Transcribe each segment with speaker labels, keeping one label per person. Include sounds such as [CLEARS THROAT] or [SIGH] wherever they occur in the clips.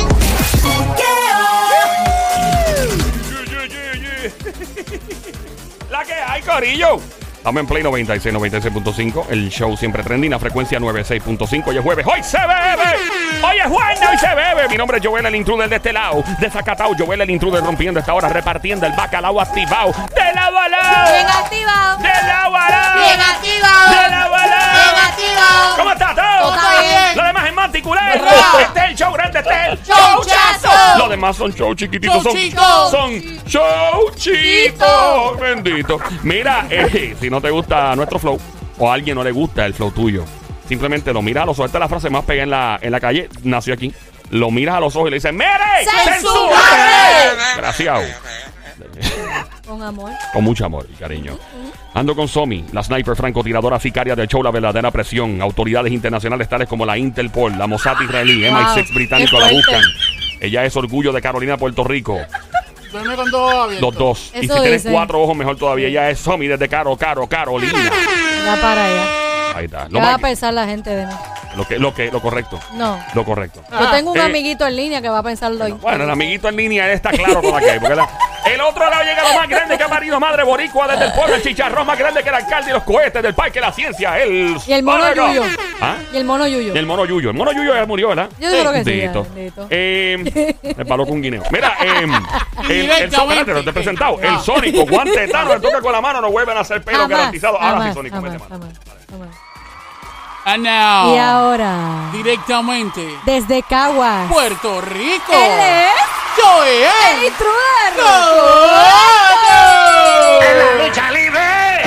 Speaker 1: [LAUGHS] Corillo. Estamos en Play 96, 96.5. El show siempre trending. La frecuencia 96.5. Hoy es jueves. ¡Hoy se bebe! ¡Hoy es jueves! ¡Hoy se bebe! Mi nombre es Joel, el intruder de este lado. Desacatado. Joel, el intruder rompiendo esta hora. Repartiendo el bacalao activado. ¡De lado a lado!
Speaker 2: Bien activado.
Speaker 1: ¡De lado a lado!
Speaker 2: Bien activado.
Speaker 1: ¡De lado a lado!
Speaker 2: Bien activado.
Speaker 1: ¿Cómo está todo?
Speaker 2: Todo está bien.
Speaker 1: Lo demás es manticulé.
Speaker 2: Bravo.
Speaker 1: Este es el show grande. Este es el
Speaker 2: Showchazo.
Speaker 1: Lo demás son show chiquititos.
Speaker 2: Show
Speaker 1: son,
Speaker 2: chico.
Speaker 1: Son show chicos. Bendito. Mira, eh, si no te gusta nuestro flow o a alguien no le gusta el flow tuyo, simplemente lo miras a los ojos. Esta es la frase más pegada en la, en la calle. Nació aquí. Lo miras a los ojos y le dices, ¡Mere!
Speaker 2: ¡Censúrale!
Speaker 1: Gracias.
Speaker 2: Con amor.
Speaker 1: Con mucho amor y cariño. Ando con Somi, la sniper francotiradora sicaria del show La Verdadera Presión. Autoridades internacionales tales como la Interpol, la Mossad israelí, MI6
Speaker 2: Ah, Wow,
Speaker 1: británico
Speaker 2: qué
Speaker 1: la
Speaker 2: fuerte.
Speaker 1: buscan. Ella es orgullo de Carolina, Puerto Rico.
Speaker 3: Duerme con dos abiertos.
Speaker 1: Los dos. y si
Speaker 2: Eso
Speaker 1: tienes
Speaker 2: dicen.
Speaker 1: cuatro ojos, mejor todavía. Ella es Somi desde Caro, Caro, Carolina.
Speaker 2: Ya para allá.
Speaker 1: Ahí está. Lo,
Speaker 2: Ya va a
Speaker 1: más-
Speaker 2: pensar la gente de mí.
Speaker 1: lo que, lo, que, lo correcto.
Speaker 2: No.
Speaker 1: Lo correcto.
Speaker 2: Yo tengo un
Speaker 1: eh.
Speaker 2: amiguito en línea que va a pensarlo hoy.
Speaker 1: Bueno, el amiguito en línea él está claro con la que hay, porque la- el otro lado llega lo más grande que ha parido madre boricua desde el pueblo, el chicharrón más grande que el alcalde y los cohetes del parque de la ciencia, el...
Speaker 2: Y el mono
Speaker 1: Oregon.
Speaker 2: Yuyo.
Speaker 1: ¿Ah?
Speaker 2: Y el mono Yuyo.
Speaker 1: Y el mono Yuyo. El mono Yuyo ya murió, ¿verdad?
Speaker 2: Yo creo que sí, ya,
Speaker 1: Bendito.
Speaker 2: bendito.
Speaker 1: Eh, me paró con un guineo. Mira, eh, el, el,
Speaker 3: Directamente.
Speaker 1: so- espérate, no te he presentado. El
Speaker 3: Ah.
Speaker 1: sónico, guante tano, le toca con la mano, no vuelven a hacer pelo
Speaker 2: Jamás,
Speaker 1: garantizado. Ahora Ah, sí,
Speaker 2: jamás,
Speaker 1: sónico,
Speaker 2: jamás,
Speaker 1: vete, Ah. mano.
Speaker 2: jamás, jamás.
Speaker 3: And now,
Speaker 2: Y ahora,
Speaker 3: Ah, directamente,
Speaker 2: desde Caguas,
Speaker 3: Puerto Rico.
Speaker 2: él es el
Speaker 3: Joel.
Speaker 2: intruder.
Speaker 1: lucha libre!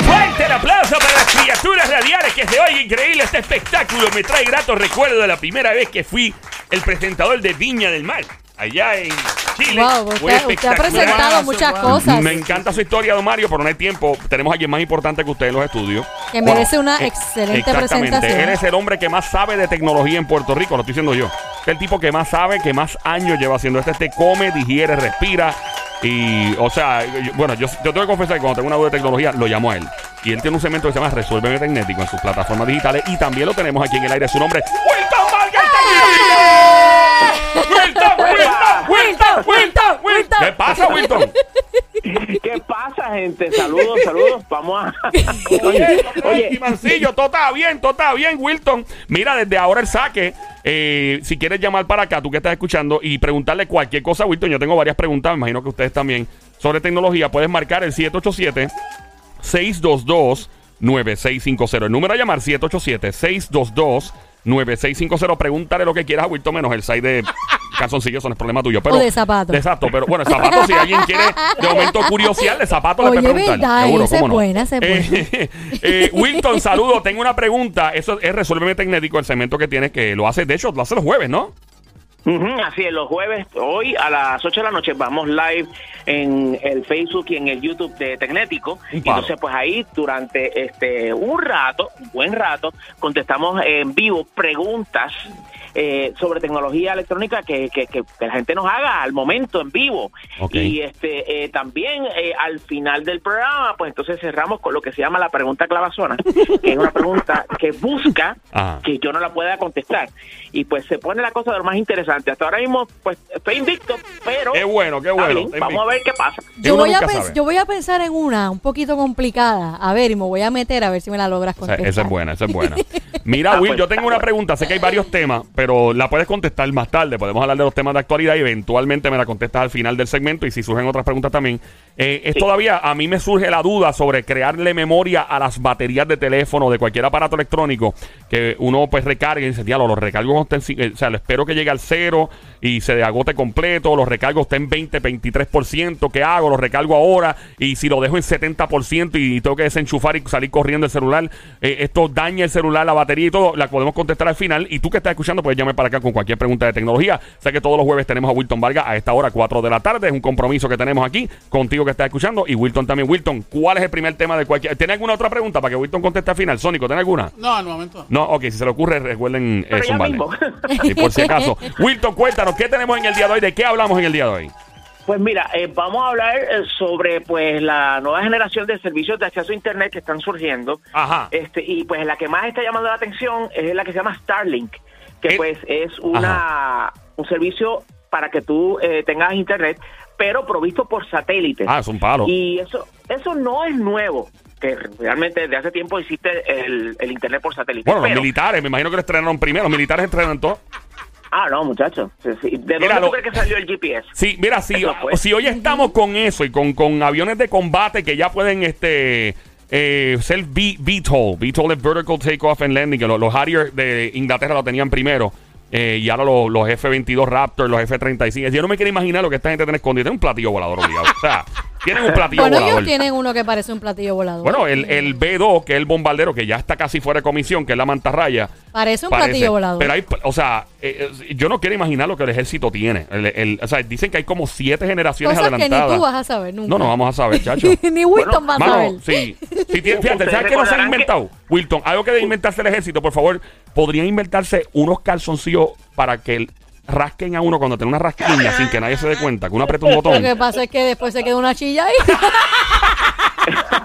Speaker 1: ¡Fuerte el aplauso para las criaturas radiales que se oye increíble este espectáculo! Me trae grato recuerdo de la primera vez que fui el presentador de Viña del Mar, allá en Chile.
Speaker 2: Wow,
Speaker 1: Fue
Speaker 2: usted, usted ha
Speaker 1: espectacular.
Speaker 2: presentado
Speaker 3: Guau,
Speaker 2: muchas
Speaker 3: guau.
Speaker 2: cosas
Speaker 1: Me encanta su historia, don Mario, pero no hay tiempo. Tenemos a alguien más importante que usted en los estudios.
Speaker 2: que merece una
Speaker 1: Eh,
Speaker 2: excelente
Speaker 1: exactamente. Él
Speaker 2: presentación.
Speaker 1: es el hombre que más sabe de tecnología en Puerto Rico, lo estoy diciendo yo. Es el tipo que más sabe, que más años lleva haciendo esto. Este come, digiere, respira. Y, o sea, yo- bueno, yo, yo tengo que confesar que cuando tengo una duda de tecnología, lo llamo a él. Y él tiene un segmento que se llama Resuélveme Tecnético en sus plataformas digitales. Y también lo tenemos aquí en el aire. Su nombre es Wilton Vargas Tecnético. Wilton, Wilton, Wilton, Wilton, Wilton. ¿Qué pasa, Wilton?
Speaker 4: ¿Qué pasa, gente? Saludos, saludos. Vamos a.
Speaker 1: Oye,
Speaker 4: Oye,
Speaker 1: oye,
Speaker 4: oye.
Speaker 1: Mancillo, todo está bien, todo está bien, Wilton. Mira, desde ahora el saque. eh, si quieres llamar para acá, tú que estás escuchando, y preguntarle cualquier cosa, Wilton, yo tengo varias preguntas, me imagino que ustedes también, sobre tecnología, puedes marcar el 787 622 9650. El número a llamar 787 622 9650. Pregúntale lo que quieras a Wilton menos el 6 de calzoncillos, son el problema tuyo. Pero,
Speaker 2: O de zapato.
Speaker 1: Exacto, pero bueno, el zapato, si alguien quiere de momento curiosidad, de zapato le
Speaker 2: Oye,
Speaker 1: puede preguntar.
Speaker 2: verdad,
Speaker 1: Seguro,
Speaker 2: esa es
Speaker 1: cómo no.
Speaker 2: buena, esa
Speaker 1: [LAUGHS]
Speaker 2: es
Speaker 1: Eh,
Speaker 2: buena.
Speaker 1: eh, Wilton, saludo. Tengo una pregunta. Eso es Resuélveme Tecnético, el segmento que tienes que lo hace. De hecho, lo hace los jueves, ¿no?
Speaker 4: Ujú, Así es, los jueves, hoy a las 8 de la noche, vamos live en el Facebook y en el YouTube de Tecnético. Y
Speaker 1: Wow.
Speaker 4: Entonces, pues ahí durante este un rato, un buen rato, contestamos en vivo preguntas eh, sobre tecnología electrónica que, que- que- que la gente nos haga al momento en vivo.
Speaker 1: Ok.
Speaker 4: Y este eh, también eh, al final del programa, pues entonces cerramos con lo que se llama la pregunta clavazona, que es una pregunta que busca
Speaker 1: Ajá.
Speaker 4: que yo no la pueda contestar. Y pues se pone la cosa de lo más interesante. Hasta ahora mismo, pues estoy invicto, pero.
Speaker 1: Qué bueno, qué
Speaker 4: está
Speaker 1: bueno,
Speaker 4: bien,
Speaker 1: está
Speaker 4: vamos a
Speaker 1: invicto.
Speaker 4: ver qué pasa.
Speaker 2: Yo
Speaker 1: uno
Speaker 2: voy, a
Speaker 1: nunca
Speaker 2: pens-
Speaker 1: sabe.
Speaker 2: yo voy a pensar en una un poquito complicada. A ver, y me voy a meter a ver si me la logras
Speaker 1: O sea,
Speaker 2: contestar.
Speaker 1: esa es buena, esa es buena. Mira,
Speaker 4: Está
Speaker 1: Will,
Speaker 4: buena,
Speaker 1: yo tengo
Speaker 4: está
Speaker 1: una
Speaker 4: buena.
Speaker 1: pregunta. Sé que hay varios temas, pero la puedes contestar más tarde. Podemos hablar de los temas de actualidad y eventualmente me la contestas al final del segmento. Y si surgen otras preguntas también. Eh, es
Speaker 4: Sí.
Speaker 1: todavía, a mí me surge la duda sobre crearle memoria a las baterías de teléfono, de cualquier aparato electrónico, que uno pues recargue y dice, diablo, lo recargo con ten- eh, o sea, lo espero que llegue al cero y se agote completo, lo recargo está en 20, 23%, ¿qué hago? Lo recargo ahora y si lo dejo en 70% y tengo que desenchufar y salir corriendo el celular, eh, esto daña el celular, la batería y todo, la podemos contestar al final y tú que estás escuchando puedes llamar para acá con cualquier pregunta de tecnología. Sé que todos los jueves tenemos a Wilton Vargas a esta hora, 4 de la tarde, es un compromiso que tenemos aquí contigo que estás escuchando y Wilton también. Wilton, ¿cuál es el primer tema de cualquier... ¿Tiene alguna otra pregunta para que Wilton conteste al final? Sónico, ¿tiene alguna?
Speaker 3: No, en un momento.
Speaker 1: No, ok, si se le ocurre, recuerden eh,
Speaker 4: Pero ya
Speaker 1: zumbarle.
Speaker 4: mismo.
Speaker 1: Y por
Speaker 4: [LAUGHS]
Speaker 1: si acaso. Wilton, cuéntanos, ¿qué tenemos en el día de hoy? ¿De qué hablamos en el día de hoy?
Speaker 4: Pues mira, eh, vamos a hablar eh, sobre pues la nueva generación de servicios de acceso a Internet que están surgiendo.
Speaker 1: Ajá.
Speaker 4: Este, y pues la que más está llamando la atención es la que se llama Starlink, que
Speaker 1: Eh,
Speaker 4: pues es una un servicio para que tú eh, tengas internet, pero provisto por satélite.
Speaker 1: Ah, es un palo.
Speaker 4: Y eso eso no es nuevo. que realmente desde hace tiempo existe el, el Internet por satélite.
Speaker 1: Bueno, los
Speaker 4: Pero-
Speaker 1: militares, me imagino que lo estrenaron primero. Los militares estrenan todo.
Speaker 4: Ah, no, muchachos. Sí, sí. ¿De dónde
Speaker 1: Míralo.
Speaker 4: tú crees que salió el GPS?
Speaker 1: Sí, mira, si,
Speaker 4: Eso fue.
Speaker 1: si hoy estamos con eso y con, con aviones de combate que ya pueden este eh, ser V- VTOL, VTOL es Vertical Takeoff and Landing, que lo- los, Harrier de Inglaterra lo tenían primero. eh, y ahora los, los F-22 Raptor, los F-35. Yo no me quiero imaginar lo que esta gente tiene escondido. Tienen un platillo volador obligado. O sea, tienen un platillo
Speaker 2: Bueno,
Speaker 1: volador.
Speaker 2: ellos tienen uno que parece un platillo volador.
Speaker 1: Bueno, el, el B2, que es el bombardero, que ya está casi fuera de comisión, que es la mantarraya.
Speaker 2: Parece un
Speaker 1: Parece.
Speaker 2: platillo volador.
Speaker 1: Pero hay, o sea, eh, eh, yo no quiero imaginar lo que el ejército tiene. El- el- o sea, dicen que hay como siete generaciones
Speaker 2: Cosas que
Speaker 1: adelantadas.
Speaker 2: ni tú vas a saber nunca.
Speaker 1: No, no vamos a saber, chacho.
Speaker 2: [LAUGHS] ni Wilton va a
Speaker 1: Mano,
Speaker 2: saber.
Speaker 1: sí. Si tiene- fíjate,
Speaker 4: Ustedes
Speaker 1: ¿sabes qué no se ha
Speaker 4: recordarán
Speaker 1: inventado? Wilton, algo que debe inventarse el ejército, por favor. Podrían inventarse unos calzoncillos para que el- rasquen a uno cuando tiene una rasquiña sin que nadie se dé cuenta, que uno aprieta un
Speaker 2: Lo
Speaker 1: botón.
Speaker 2: que pasa es que después se queda una
Speaker 1: [LAUGHS]
Speaker 2: chilla ahí.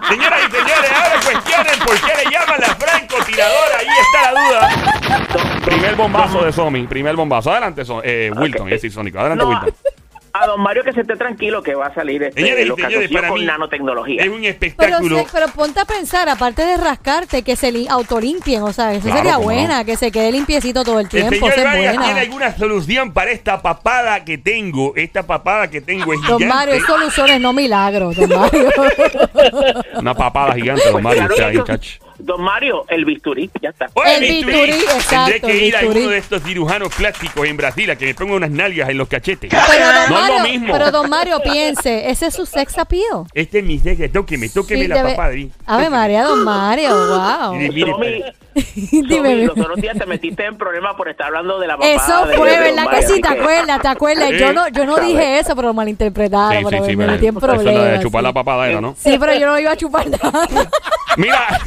Speaker 1: Señoras y señores, ahora cuestionen por qué le llaman la francotiradora. Ahí está la duda. Primer bombazo de Somi, primer bombazo. Adelante, So- eh, Wilton, es decir, Sónico. Adelante,
Speaker 4: No, eh, a,
Speaker 1: Wilton.
Speaker 4: a don Mario que se esté tranquilo que va a salir este,
Speaker 1: Señores
Speaker 4: los
Speaker 1: y señores,
Speaker 4: calzoncillos
Speaker 1: para
Speaker 4: con
Speaker 1: mí
Speaker 4: nanotecnología.
Speaker 1: es un
Speaker 2: Pero,
Speaker 1: espectáculo.
Speaker 2: se- pero ponte a pensar, aparte de rascarte, que se li- autolimpien, o sea, eso
Speaker 1: Claro,
Speaker 2: sería
Speaker 1: cómo
Speaker 2: buena, que se quede limpiecito todo el
Speaker 1: El
Speaker 2: tiempo,
Speaker 1: señor
Speaker 2: eso es
Speaker 1: Vargas
Speaker 2: buena.
Speaker 1: tiene alguna solución para esta papada que tengo. Esta papada que tengo es
Speaker 2: Don
Speaker 1: gigante.
Speaker 2: Mario, es soluciones, no milagros,
Speaker 1: [LAUGHS]
Speaker 2: don Mario.
Speaker 1: Una papada gigante, don
Speaker 4: Pues
Speaker 1: Mario.
Speaker 4: claro
Speaker 1: usted
Speaker 4: que
Speaker 1: ahí,
Speaker 4: eso-
Speaker 1: chacho.
Speaker 4: don Mario, el bisturí, ya está.
Speaker 1: Oye,
Speaker 2: El bisturí,
Speaker 1: Tendré
Speaker 2: exacto,
Speaker 1: que
Speaker 2: el
Speaker 1: ir a
Speaker 2: bisturí.
Speaker 1: alguno de estos cirujanos plásticos en Brasil a que me ponga unas nalgas en los cachetes.
Speaker 2: [LAUGHS] Pero don,
Speaker 1: no
Speaker 2: Mario
Speaker 1: es lo mismo.
Speaker 2: pero don Mario, piense, ese es su sex appeal.
Speaker 1: Este es mi sexo. Tóqueme, tóqueme
Speaker 2: Sí,
Speaker 1: la
Speaker 2: debe-
Speaker 1: papada. ¿sí?
Speaker 2: Ave María,
Speaker 1: [LAUGHS]
Speaker 2: don Mario, wow.
Speaker 1: Y mire,
Speaker 4: Tommy,
Speaker 1: para-
Speaker 4: Tommy,
Speaker 2: [LAUGHS] Dime.
Speaker 4: los otros días te metiste en problemas por estar hablando de la papada.
Speaker 2: Eso
Speaker 4: de- de
Speaker 2: fue,
Speaker 4: don
Speaker 2: ¿verdad que
Speaker 4: Mario,
Speaker 2: sí?
Speaker 4: así
Speaker 2: ¿Te acuerdas? ¿Te acuerdas? Yo no, yo no
Speaker 4: ¿Sabes?
Speaker 2: dije eso, pero lo malinterpretaron,
Speaker 1: Sí, sí,
Speaker 2: pero
Speaker 1: sí,
Speaker 2: me
Speaker 1: pero-
Speaker 2: metí en
Speaker 1: eso es lo de
Speaker 2: problemas.
Speaker 1: chupar la
Speaker 2: sí.
Speaker 1: papada era,
Speaker 2: [LAUGHS]
Speaker 1: ¿no?
Speaker 2: Sí, pero yo no iba a chupar nada.
Speaker 1: Mira, [LAUGHS]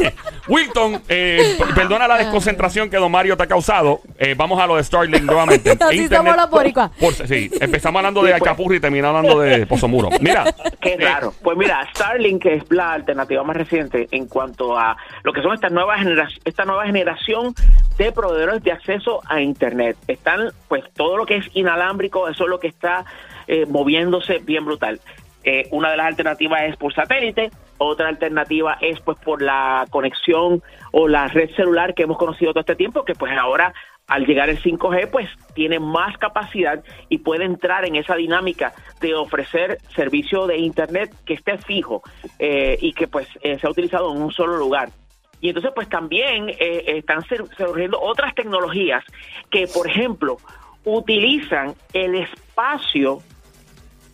Speaker 1: Wilton, eh,
Speaker 2: Ah.
Speaker 1: p- perdona la desconcentración que Don Mario te ha causado. Eh, vamos a lo de Starlink
Speaker 2: [LAUGHS]
Speaker 1: nuevamente.
Speaker 2: Así somos los pues. boricuas.
Speaker 1: por- sí, empezamos hablando de Acapurri y terminamos hablando de Pozomuro. Mira.
Speaker 4: Qué
Speaker 1: eh,
Speaker 4: raro. Pues mira, Starlink que es la alternativa más reciente en cuanto a lo que son estas nuevas genera- esta nueva generación de proveedores de acceso a Internet. Están, pues, todo lo que es inalámbrico, eso es lo que está eh, moviéndose bien brutal. Eh, una de las alternativas es por satélite, otra alternativa es pues por la conexión o la red celular que hemos conocido todo este tiempo, que pues ahora al llegar el 5G, pues tiene más capacidad y puede entrar en esa dinámica de ofrecer servicio de Internet que esté fijo eh, y que pues eh, sea utilizado en un solo lugar. Y entonces pues también eh, están sur- surgiendo otras tecnologías que, por ejemplo, utilizan el espacio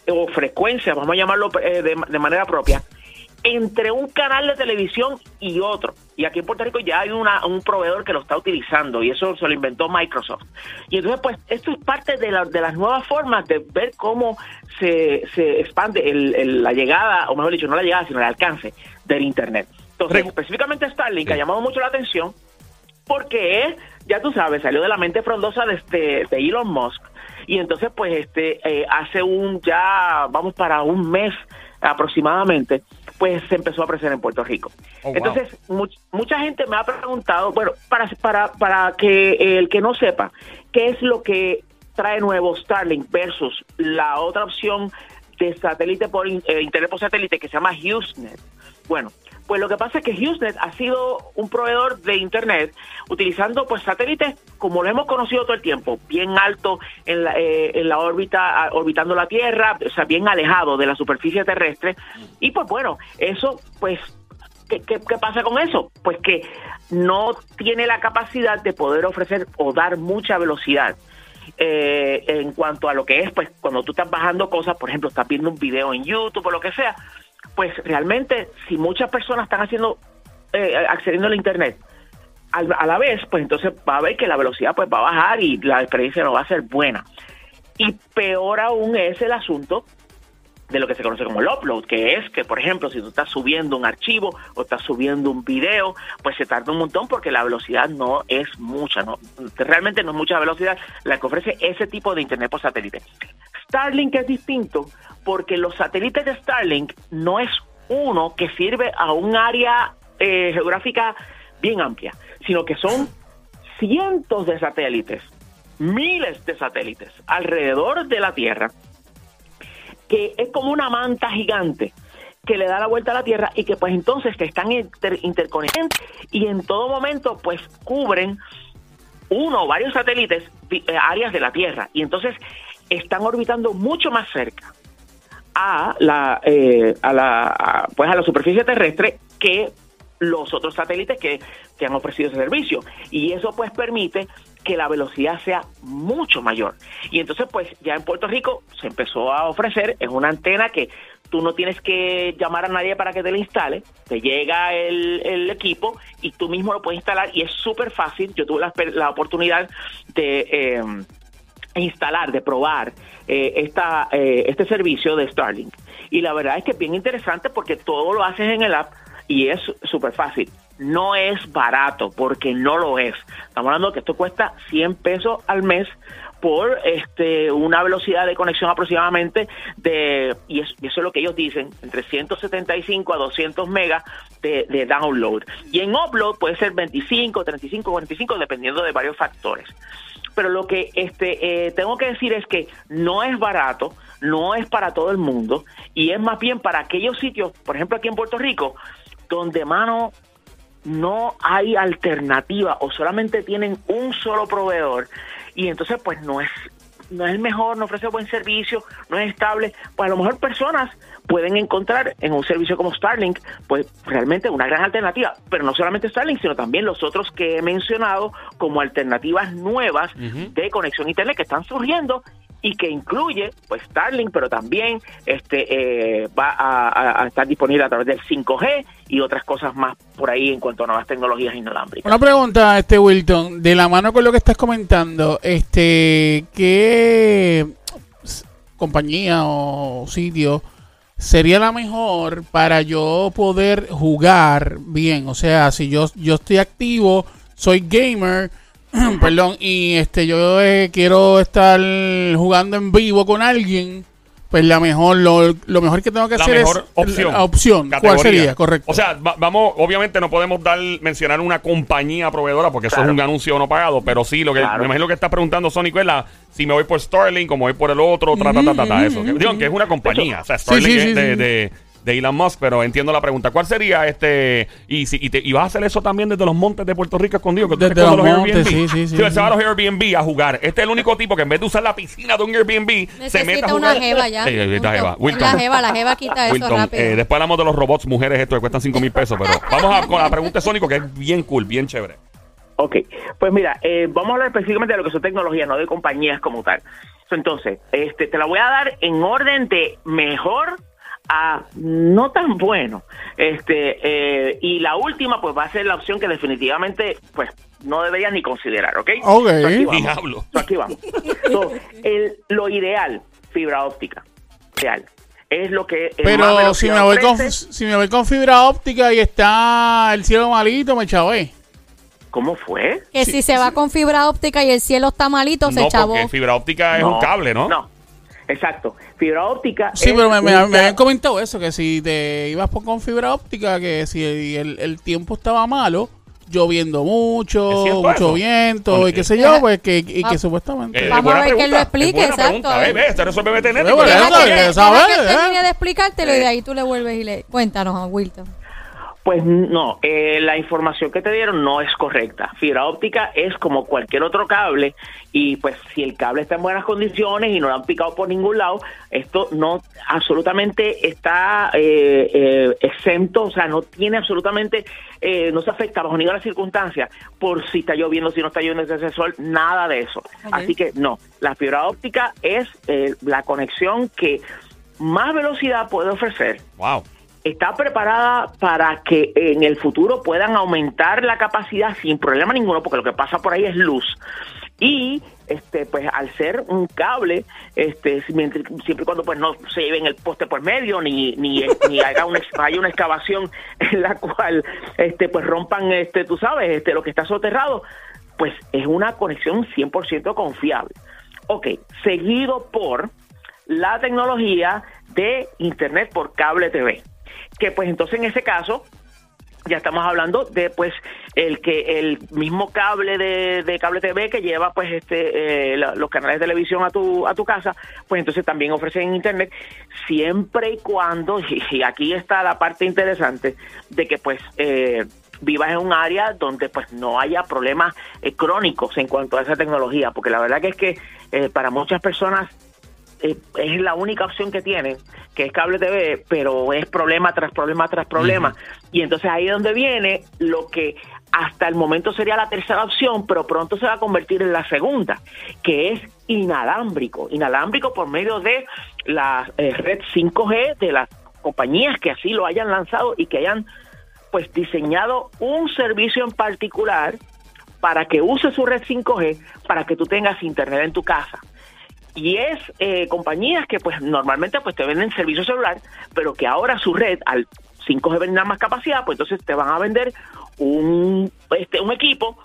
Speaker 4: o frecuencia, vamos a llamarlo eh, de, de manera propia, entre un canal de televisión y otro. Y aquí en Puerto Rico ya hay una- un proveedor que lo está utilizando y eso se lo inventó Microsoft. Y entonces, pues, esto es parte de, la- de las nuevas formas de ver cómo se, se expande el- el- la llegada, o mejor dicho, no la llegada, sino el alcance del Internet. Entonces,
Speaker 1: Regu-
Speaker 4: específicamente Starlink
Speaker 1: Sí.
Speaker 4: ha llamado mucho la atención porque ya tú sabes, salió de la mente frondosa de, este, de Elon Musk. Y entonces, pues, este, eh, hace un ya, vamos para un mes aproximadamente, pues se empezó a presentar en Puerto Rico.
Speaker 1: Oh, wow.
Speaker 4: entonces, much- mucha gente me ha preguntado, bueno, para, para, para que el que no sepa, ¿qué es lo que trae nuevo Starlink versus la otra opción de satélite por in- eh, internet por satélite que se llama HughesNet? Bueno, pues lo que pasa es que HughesNet ha sido un proveedor de Internet utilizando pues satélites como lo hemos conocido todo el tiempo, bien alto en la, eh, en la órbita, ah, orbitando la Tierra, o sea, bien alejado de la superficie terrestre. Y pues bueno, eso pues... ¿Qué, qué, qué pasa con eso? Pues que no tiene la capacidad de poder ofrecer o dar mucha velocidad eh, en cuanto a lo que es, pues cuando tú estás bajando cosas, por ejemplo, estás viendo un video en YouTube o lo que sea, pues realmente si muchas personas están haciendo, eh, accediendo al Internet, al- a la vez, pues entonces va a ver que la velocidad pues va a bajar y la experiencia no va a ser buena. Y peor aún es el asunto de lo que se conoce como el upload, que es que, por ejemplo, si tú estás subiendo un archivo o estás subiendo un video, pues se tarda un montón porque la velocidad no es mucha, no realmente no es mucha velocidad la que ofrece ese tipo de internet por satélite. Starlink es distinto porque los satélites de Starlink no es uno que sirve a un área eh, geográfica bien amplia, sino que son cientos de satélites, miles de satélites alrededor de la Tierra que es como una manta gigante que le da la vuelta a la Tierra y que pues entonces que están inter- interconectados y en todo momento pues cubren uno o varios satélites vi- eh, áreas de la Tierra y entonces están orbitando mucho más cerca a la eh, a la a, pues a la superficie terrestre que los otros satélites que, que han ofrecido ese servicio y eso pues permite que la velocidad sea mucho mayor y entonces pues ya en Puerto Rico se empezó a ofrecer es una antena que tú no tienes que llamar a nadie para que te la instale te llega el, el equipo y tú mismo lo puedes instalar y es súper fácil yo tuve la, la oportunidad de em, instalar, de probar eh, esta, eh, este servicio de Starlink. Y la verdad es que es bien interesante porque todo lo haces en el app y es súper fácil. No es barato porque no lo es. Estamos hablando que esto cuesta 100 pesos al mes por este una velocidad de conexión aproximadamente de, y es- y eso es lo que ellos dicen, entre 175 a 200 megas de, de download. Y en upload puede ser 25, 35, 45, dependiendo de varios factores pero lo que este eh, tengo que decir es que no es barato, no es para todo el mundo y es más bien para aquellos sitios, por ejemplo aquí en Puerto Rico, donde mano no hay alternativa o solamente tienen un solo proveedor y entonces pues no es no es el mejor, no ofrece buen servicio, no es estable, pues a lo mejor personas pueden encontrar en un servicio como Starlink pues realmente una gran alternativa, pero no solamente Starlink, sino también los otros que he mencionado como alternativas nuevas de conexión a internet que están surgiendo y que incluye pues Starlink, pero también este eh, va a, a- a estar disponible a través del 5G y otras cosas más por ahí en cuanto a nuevas tecnologías inalámbricas.
Speaker 3: Una pregunta, este Wilton, de la mano con lo que estás comentando, este, ¿qué s- compañía o sitio sería la mejor para yo poder jugar bien? O sea, si yo, yo estoy activo, soy gamer, [CLEARS THROAT] perdón, y este, yo eh, quiero estar jugando en vivo con alguien, pues la mejor, lo, lo mejor que tengo que
Speaker 1: la
Speaker 3: hacer
Speaker 1: mejor
Speaker 3: es
Speaker 1: opción.
Speaker 3: la opción. ¿Cuál
Speaker 1: categoría.
Speaker 3: sería? Correcto.
Speaker 1: O sea, va- vamos, obviamente no podemos dar, mencionar una compañía proveedora porque eso
Speaker 4: Claro.
Speaker 1: es un anuncio no pagado, pero sí, lo que
Speaker 4: Claro.
Speaker 1: me imagino que está preguntando Sonic es la, si me voy por Starlink o me voy por el otro, tra, ta, ta, ta, ta, eso. Que- digo, que es una compañía, o sea, Starlink
Speaker 3: sí, sí,
Speaker 1: es de,
Speaker 3: sí.
Speaker 1: de- de Elon Musk, pero entiendo la pregunta. ¿Cuál sería este? Y, si, y, te- y vas a hacer eso también desde los montes de Puerto Rico escondido. Que tú te
Speaker 3: Desde
Speaker 1: escondes
Speaker 3: los montes,
Speaker 1: Airbnb.
Speaker 3: sí, sí, sí,
Speaker 1: Sí, él se
Speaker 3: sí.
Speaker 1: va a los Airbnb a jugar. Este es el único tipo que en vez de usar la piscina de un Airbnb, [LAUGHS] se mete a
Speaker 2: Necesita
Speaker 1: jugar.
Speaker 2: una jeva ya.
Speaker 1: Ey, ey, esta
Speaker 2: Un-
Speaker 1: jeva.
Speaker 2: es
Speaker 1: Wilton.
Speaker 2: La jeva, la jeva quita eso
Speaker 1: Wilton,
Speaker 2: rápido.
Speaker 1: eh, después hablamos de los robots mujeres, esto que cuestan 5 mil pesos, pero
Speaker 2: [LAUGHS]
Speaker 1: vamos a, con la pregunta de Sónico, que es bien cool, bien chévere.
Speaker 4: Ok, pues mira, eh, vamos a hablar específicamente de lo que son tecnologías, no de compañías como tal. Entonces, este, te la voy a dar en orden de mejor a no tan bueno. Este, eh, y la última, pues va a ser la opción que definitivamente, pues, no deberías ni considerar, ¿ok?
Speaker 3: Ok.
Speaker 4: So, aquí vamos.
Speaker 1: Diablo.
Speaker 4: So, aquí vamos. So, el- lo ideal, fibra óptica, ideal, es lo que... el más
Speaker 3: Pero si
Speaker 4: velocidad
Speaker 3: me, voy con,
Speaker 4: ofrece.
Speaker 3: si me voy con fibra óptica y está el cielo malito, me eh. chavé.
Speaker 4: ¿Cómo fue?
Speaker 2: que si se va con fibra óptica y el cielo está malito, se
Speaker 1: no,
Speaker 2: chavó.
Speaker 1: porque fibra óptica es un cable, ¿no?
Speaker 4: No, exacto. Fibra óptica.
Speaker 3: Sí,
Speaker 1: Eh,
Speaker 4: es
Speaker 3: pero me, me-
Speaker 4: un
Speaker 3: me habían
Speaker 4: cable.
Speaker 3: comentado eso, que si te ibas por- con fibra óptica, que si el, el tiempo estaba malo, lloviendo
Speaker 1: ¿Es
Speaker 3: mucho,
Speaker 1: cierto
Speaker 3: mucho
Speaker 1: eso?
Speaker 3: viento y
Speaker 1: Ok.
Speaker 3: qué sé yo, pues que, y que
Speaker 2: Ah.
Speaker 1: Eh,
Speaker 3: supuestamente...
Speaker 2: Vamos
Speaker 1: buena
Speaker 2: a ver que él lo
Speaker 1: pregunta,
Speaker 2: explique,
Speaker 1: es buena
Speaker 2: exacto.
Speaker 1: pregunta, ve, ve, esto resuelve
Speaker 3: Pero
Speaker 1: veterinario.
Speaker 3: bueno,
Speaker 2: Deja
Speaker 3: eso,
Speaker 2: que-
Speaker 3: que
Speaker 2: deja
Speaker 3: sabe,
Speaker 2: que él
Speaker 3: ¿eh?
Speaker 2: termine de explicártelo y de ahí tú le vuelves y le cuéntanos a Wilton.
Speaker 4: Pues no, eh, la información que te dieron no es correcta. Fibra óptica es como cualquier otro cable y pues si el cable está en buenas condiciones y no lo han picado por ningún lado, esto no absolutamente está eh, eh, exento, o sea, no tiene absolutamente, eh, no se afecta bajo ninguna circunstancia por si está lloviendo, si no está lloviendo, si hace sol, nada de eso. Así que no, la fibra óptica es eh, la conexión que más velocidad puede ofrecer
Speaker 1: Wow.
Speaker 4: está preparada para que en el futuro puedan aumentar la capacidad sin problema ninguno, porque lo que pasa por ahí es luz. Y este, pues al ser un cable, este, siempre siempre y cuando pues no se lleven el poste por medio, ni, ni, [LAUGHS] ni haga una, haya una excavación en la cual este, pues rompan este, tú sabes, este, lo que está soterrado, pues es una conexión 100% confiable. Ok, seguido por la tecnología de Internet por cable TV. Que pues entonces en ese caso ya estamos hablando de pues el que el mismo cable de, de cable TV que lleva pues este eh, la- los canales de televisión a tu a tu casa pues entonces también ofrecen internet siempre y cuando y, y aquí está la parte interesante de que pues eh, vivas en un área donde pues no haya problemas eh, crónicos en cuanto a esa tecnología porque la verdad que es que eh, para muchas personas eh, es la única opción que tienen, que es cable TV, pero es problema tras problema tras problema. Y entonces ahí es donde viene lo que hasta el momento sería la tercera opción, pero pronto se va a convertir en la segunda, que es inalámbrico. Inalámbrico por medio de la eh, red 5G de las compañías que así lo hayan lanzado y que hayan pues diseñado un servicio en particular para que use su red 5G para que tú tengas internet en tu casa y es eh, compañías que pues normalmente pues te venden servicio celular, pero que ahora su red al 5G vender más capacidad, pues entonces te van a vender un este un equipo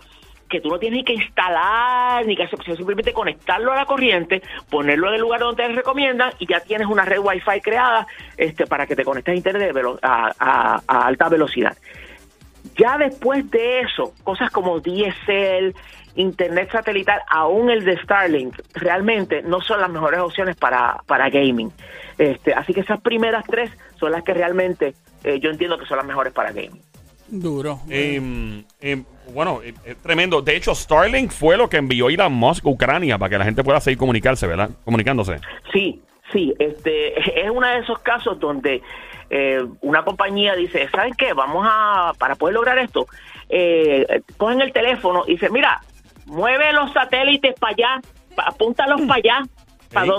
Speaker 4: que tú no tienes ni que instalar, ni que hacer, sino simplemente conectarlo a la corriente, ponerlo en el lugar donde te recomiendan y ya tienes una red Wi-Fi creada este, para que te conectes a internet de velo- a- a- a alta velocidad. Ya después de eso, cosas como DSL, Internet satelital, aún el de Starlink, realmente no son las mejores opciones para, para gaming. Este, así que esas primeras tres son las que realmente eh, yo entiendo que son las mejores para gaming.
Speaker 3: Duro.
Speaker 1: Eh, eh, bueno, eh, eh, tremendo. De hecho, Starlink fue lo que envió Elon Musk a Ucrania para que la gente pueda seguir comunicarse, ¿verdad? Comunicándose.
Speaker 4: Sí, sí, este, [LAUGHS] es uno de esos casos donde eh, una compañía dice, ¿saben qué? Vamos a, para poder lograr esto, eh, cogen el teléfono y dicen, mira, mueve los satélites para allá, pa- apúntalos para allá, para
Speaker 1: Sí.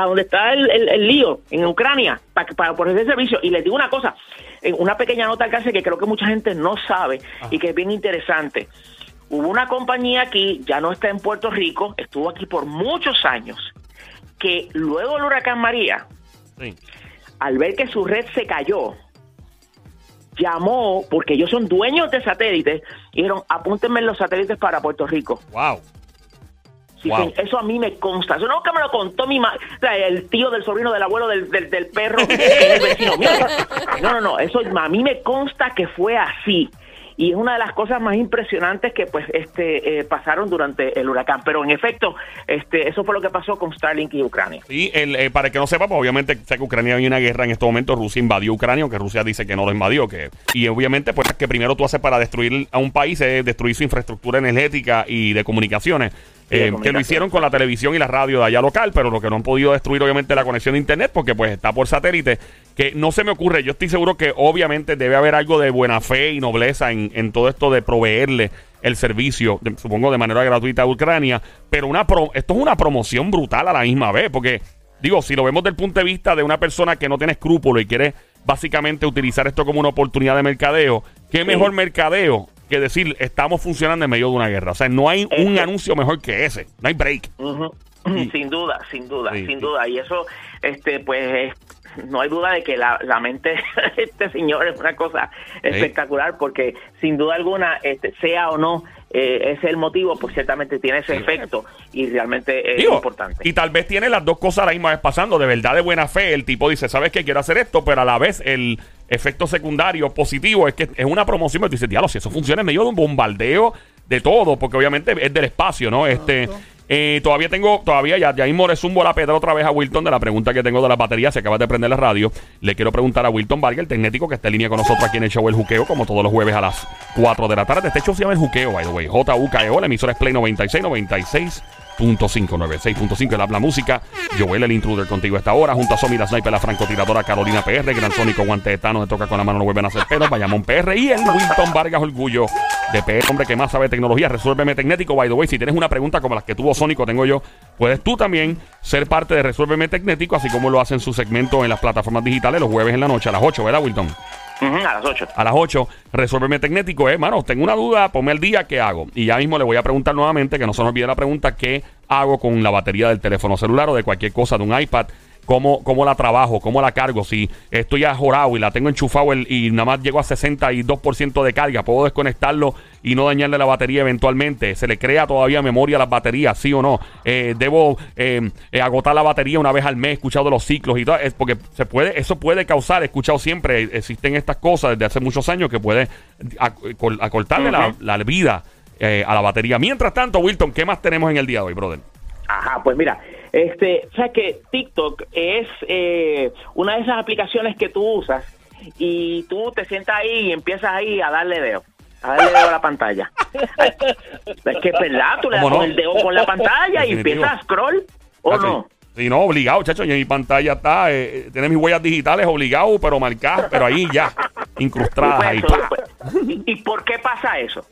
Speaker 4: donde, está el, el- el lío, en Ucrania, para que- para poner ese servicio. Y les digo una cosa, eh, una pequeña nota al alcance que creo que mucha gente no sabe y que es bien interesante. Hubo una compañía aquí, ya no está en Puerto Rico, estuvo aquí por muchos años, que luego del huracán María,
Speaker 1: Sí.
Speaker 4: al ver que su red se cayó, llamó, porque ellos son dueños de satélites, y dijeron, apúntenme los satélites para Puerto Rico.
Speaker 1: Wow.
Speaker 4: Sí,
Speaker 1: Wow.
Speaker 4: sí, Eso a mí me consta. Eso nunca me lo contó mi ma- o sea, el tío del sobrino del abuelo del, del, del perro, que es el vecino mío. No, no, no. Eso a mí me consta que fue así. Y es una de las cosas más impresionantes que pues este eh, pasaron durante el huracán. Pero en efecto, este eso fue lo que pasó con Starlink y Ucrania.
Speaker 1: Y el, eh, para el que no sepa, pues obviamente sé que Ucrania hay una guerra en este momento. Rusia invadió Ucrania, aunque Rusia dice que no lo invadió. que Y obviamente, pues que primero tú haces para destruir a un país es destruir su infraestructura energética y de comunicaciones.
Speaker 4: de
Speaker 1: eh, que lo
Speaker 4: comunicaciones.
Speaker 1: hicieron con la televisión y la radio de allá local, pero lo que no han podido destruir obviamente es la conexión de internet porque pues está por satélite, que no se me ocurre, yo estoy seguro que obviamente debe haber algo de buena fe y nobleza en, en todo esto de proveerle el servicio, de- supongo de manera gratuita a Ucrania, pero una pro- esto es una promoción brutal a la misma vez, porque digo, si lo vemos desde el punto de vista de una persona que no tiene escrúpulo y quiere básicamente utilizar esto como una oportunidad de mercadeo, ¿qué mejor mercadeo? Que decir, estamos funcionando en medio de una guerra. O sea, no hay un
Speaker 4: Este-
Speaker 1: anuncio mejor que ese. No hay break.
Speaker 4: Ujú.
Speaker 1: Y-
Speaker 4: [CLEARS THROAT] Sin duda, sin duda,
Speaker 1: Sí,
Speaker 4: sin
Speaker 1: sí.
Speaker 4: duda. Y eso, este, pues, es- no hay duda de que la, la mente [LAUGHS] de este señor es una cosa espectacular, porque sin duda alguna, este, sea o no eh, ese el motivo, pues ciertamente tiene ese efecto y realmente es
Speaker 1: Digo,
Speaker 4: eh, importante.
Speaker 1: Y tal vez tiene las dos cosas a la misma vez pasando. De verdad, de buena fe, el tipo dice, ¿sabes que Quiero hacer esto, pero a la vez el efecto secundario positivo es que es una promoción. Pero tú dices, diablo, si eso funciona en medio de un bombardeo de todo, porque obviamente es del espacio, ¿no? Este... eh, todavía tengo, todavía ya, ya mismo le zumbo la pedra otra vez a Wilton de la pregunta que tengo de las baterías. Se acaba de prender la radio. Le quiero preguntar a Wilton Vargas, el tecnético que está en línea con nosotros aquí en el show El Juqueo, como todos los jueves a las 4 de la tarde. Este show se llama El Juqueo, by the way. J-U-K-E-O, E la emisora es Play 96, 96. 96.5, el habla música. Joel, el intruder contigo a esta hora. Junto a Somi, la sniper, la francotiradora Carolina PR, Gran Sónico, Guante de Tano, de Toca con la mano, no vuelven a hacer pelos. Bayamón PR y el Wilton Vargas, orgullo de PR, hombre que más sabe de tecnología. Resuélveme Tecnético, by the way. Si tienes una pregunta como las que tuvo Sónico, tengo yo, puedes tú también ser parte de Resuélveme Tecnético, así como lo hacen su segmento en las plataformas digitales los jueves en la noche a las 8, ¿verdad, Wilton?
Speaker 4: Ujú, a las 8.
Speaker 1: a las 8, resuélveme tecnético, eh, mano, tengo una duda, ponme el día, ¿qué hago? Y ya mismo le voy a preguntar nuevamente, que no se nos olvide la pregunta, ¿qué hago con la batería del teléfono celular o de cualquier cosa, de un iPad? cómo, cómo la trabajo, cómo la cargo. Si estoy ajorado y la tengo enchufado el- y nada más llego a 62% de carga, puedo desconectarlo y no dañarle la batería eventualmente. ¿Se le crea todavía memoria a las baterías, sí o no? Eh, ¿Debo eh, eh, agotar la batería una vez al mes? He escuchado de los ciclos y todo. Es porque se puede, eso puede causar, he escuchado siempre, eh, existen estas cosas desde hace muchos años que puede ac- col- acortarle la-
Speaker 4: Ujú.
Speaker 1: la, vida eh, a la batería. Mientras tanto, Wilton, ¿qué más tenemos en el día de hoy, brother?
Speaker 4: Ajá, pues mira, este, o sea que TikTok es eh, una de esas aplicaciones que tú usas y tú te sientas ahí y empiezas ahí a darle dedo, a darle dedo a la pantalla. es que es verdad, tú le das
Speaker 1: ¿Cómo
Speaker 4: con
Speaker 1: no?
Speaker 4: el dedo con la pantalla y
Speaker 1: Definitivo.
Speaker 4: empiezas a scroll, ¿o
Speaker 1: Ah, sí.
Speaker 4: Oh, no?
Speaker 1: Sí, no, obligado, chacho. Y en mi pantalla está, eh, eh, tiene mis huellas digitales obligado, pero marcadas, pero ahí ya,
Speaker 4: Y,
Speaker 1: incrustadas
Speaker 4: pues,
Speaker 1: ahí.
Speaker 4: eso,
Speaker 1: ¡pa!
Speaker 4: pues, ¿y- ¿Y por qué pasa eso?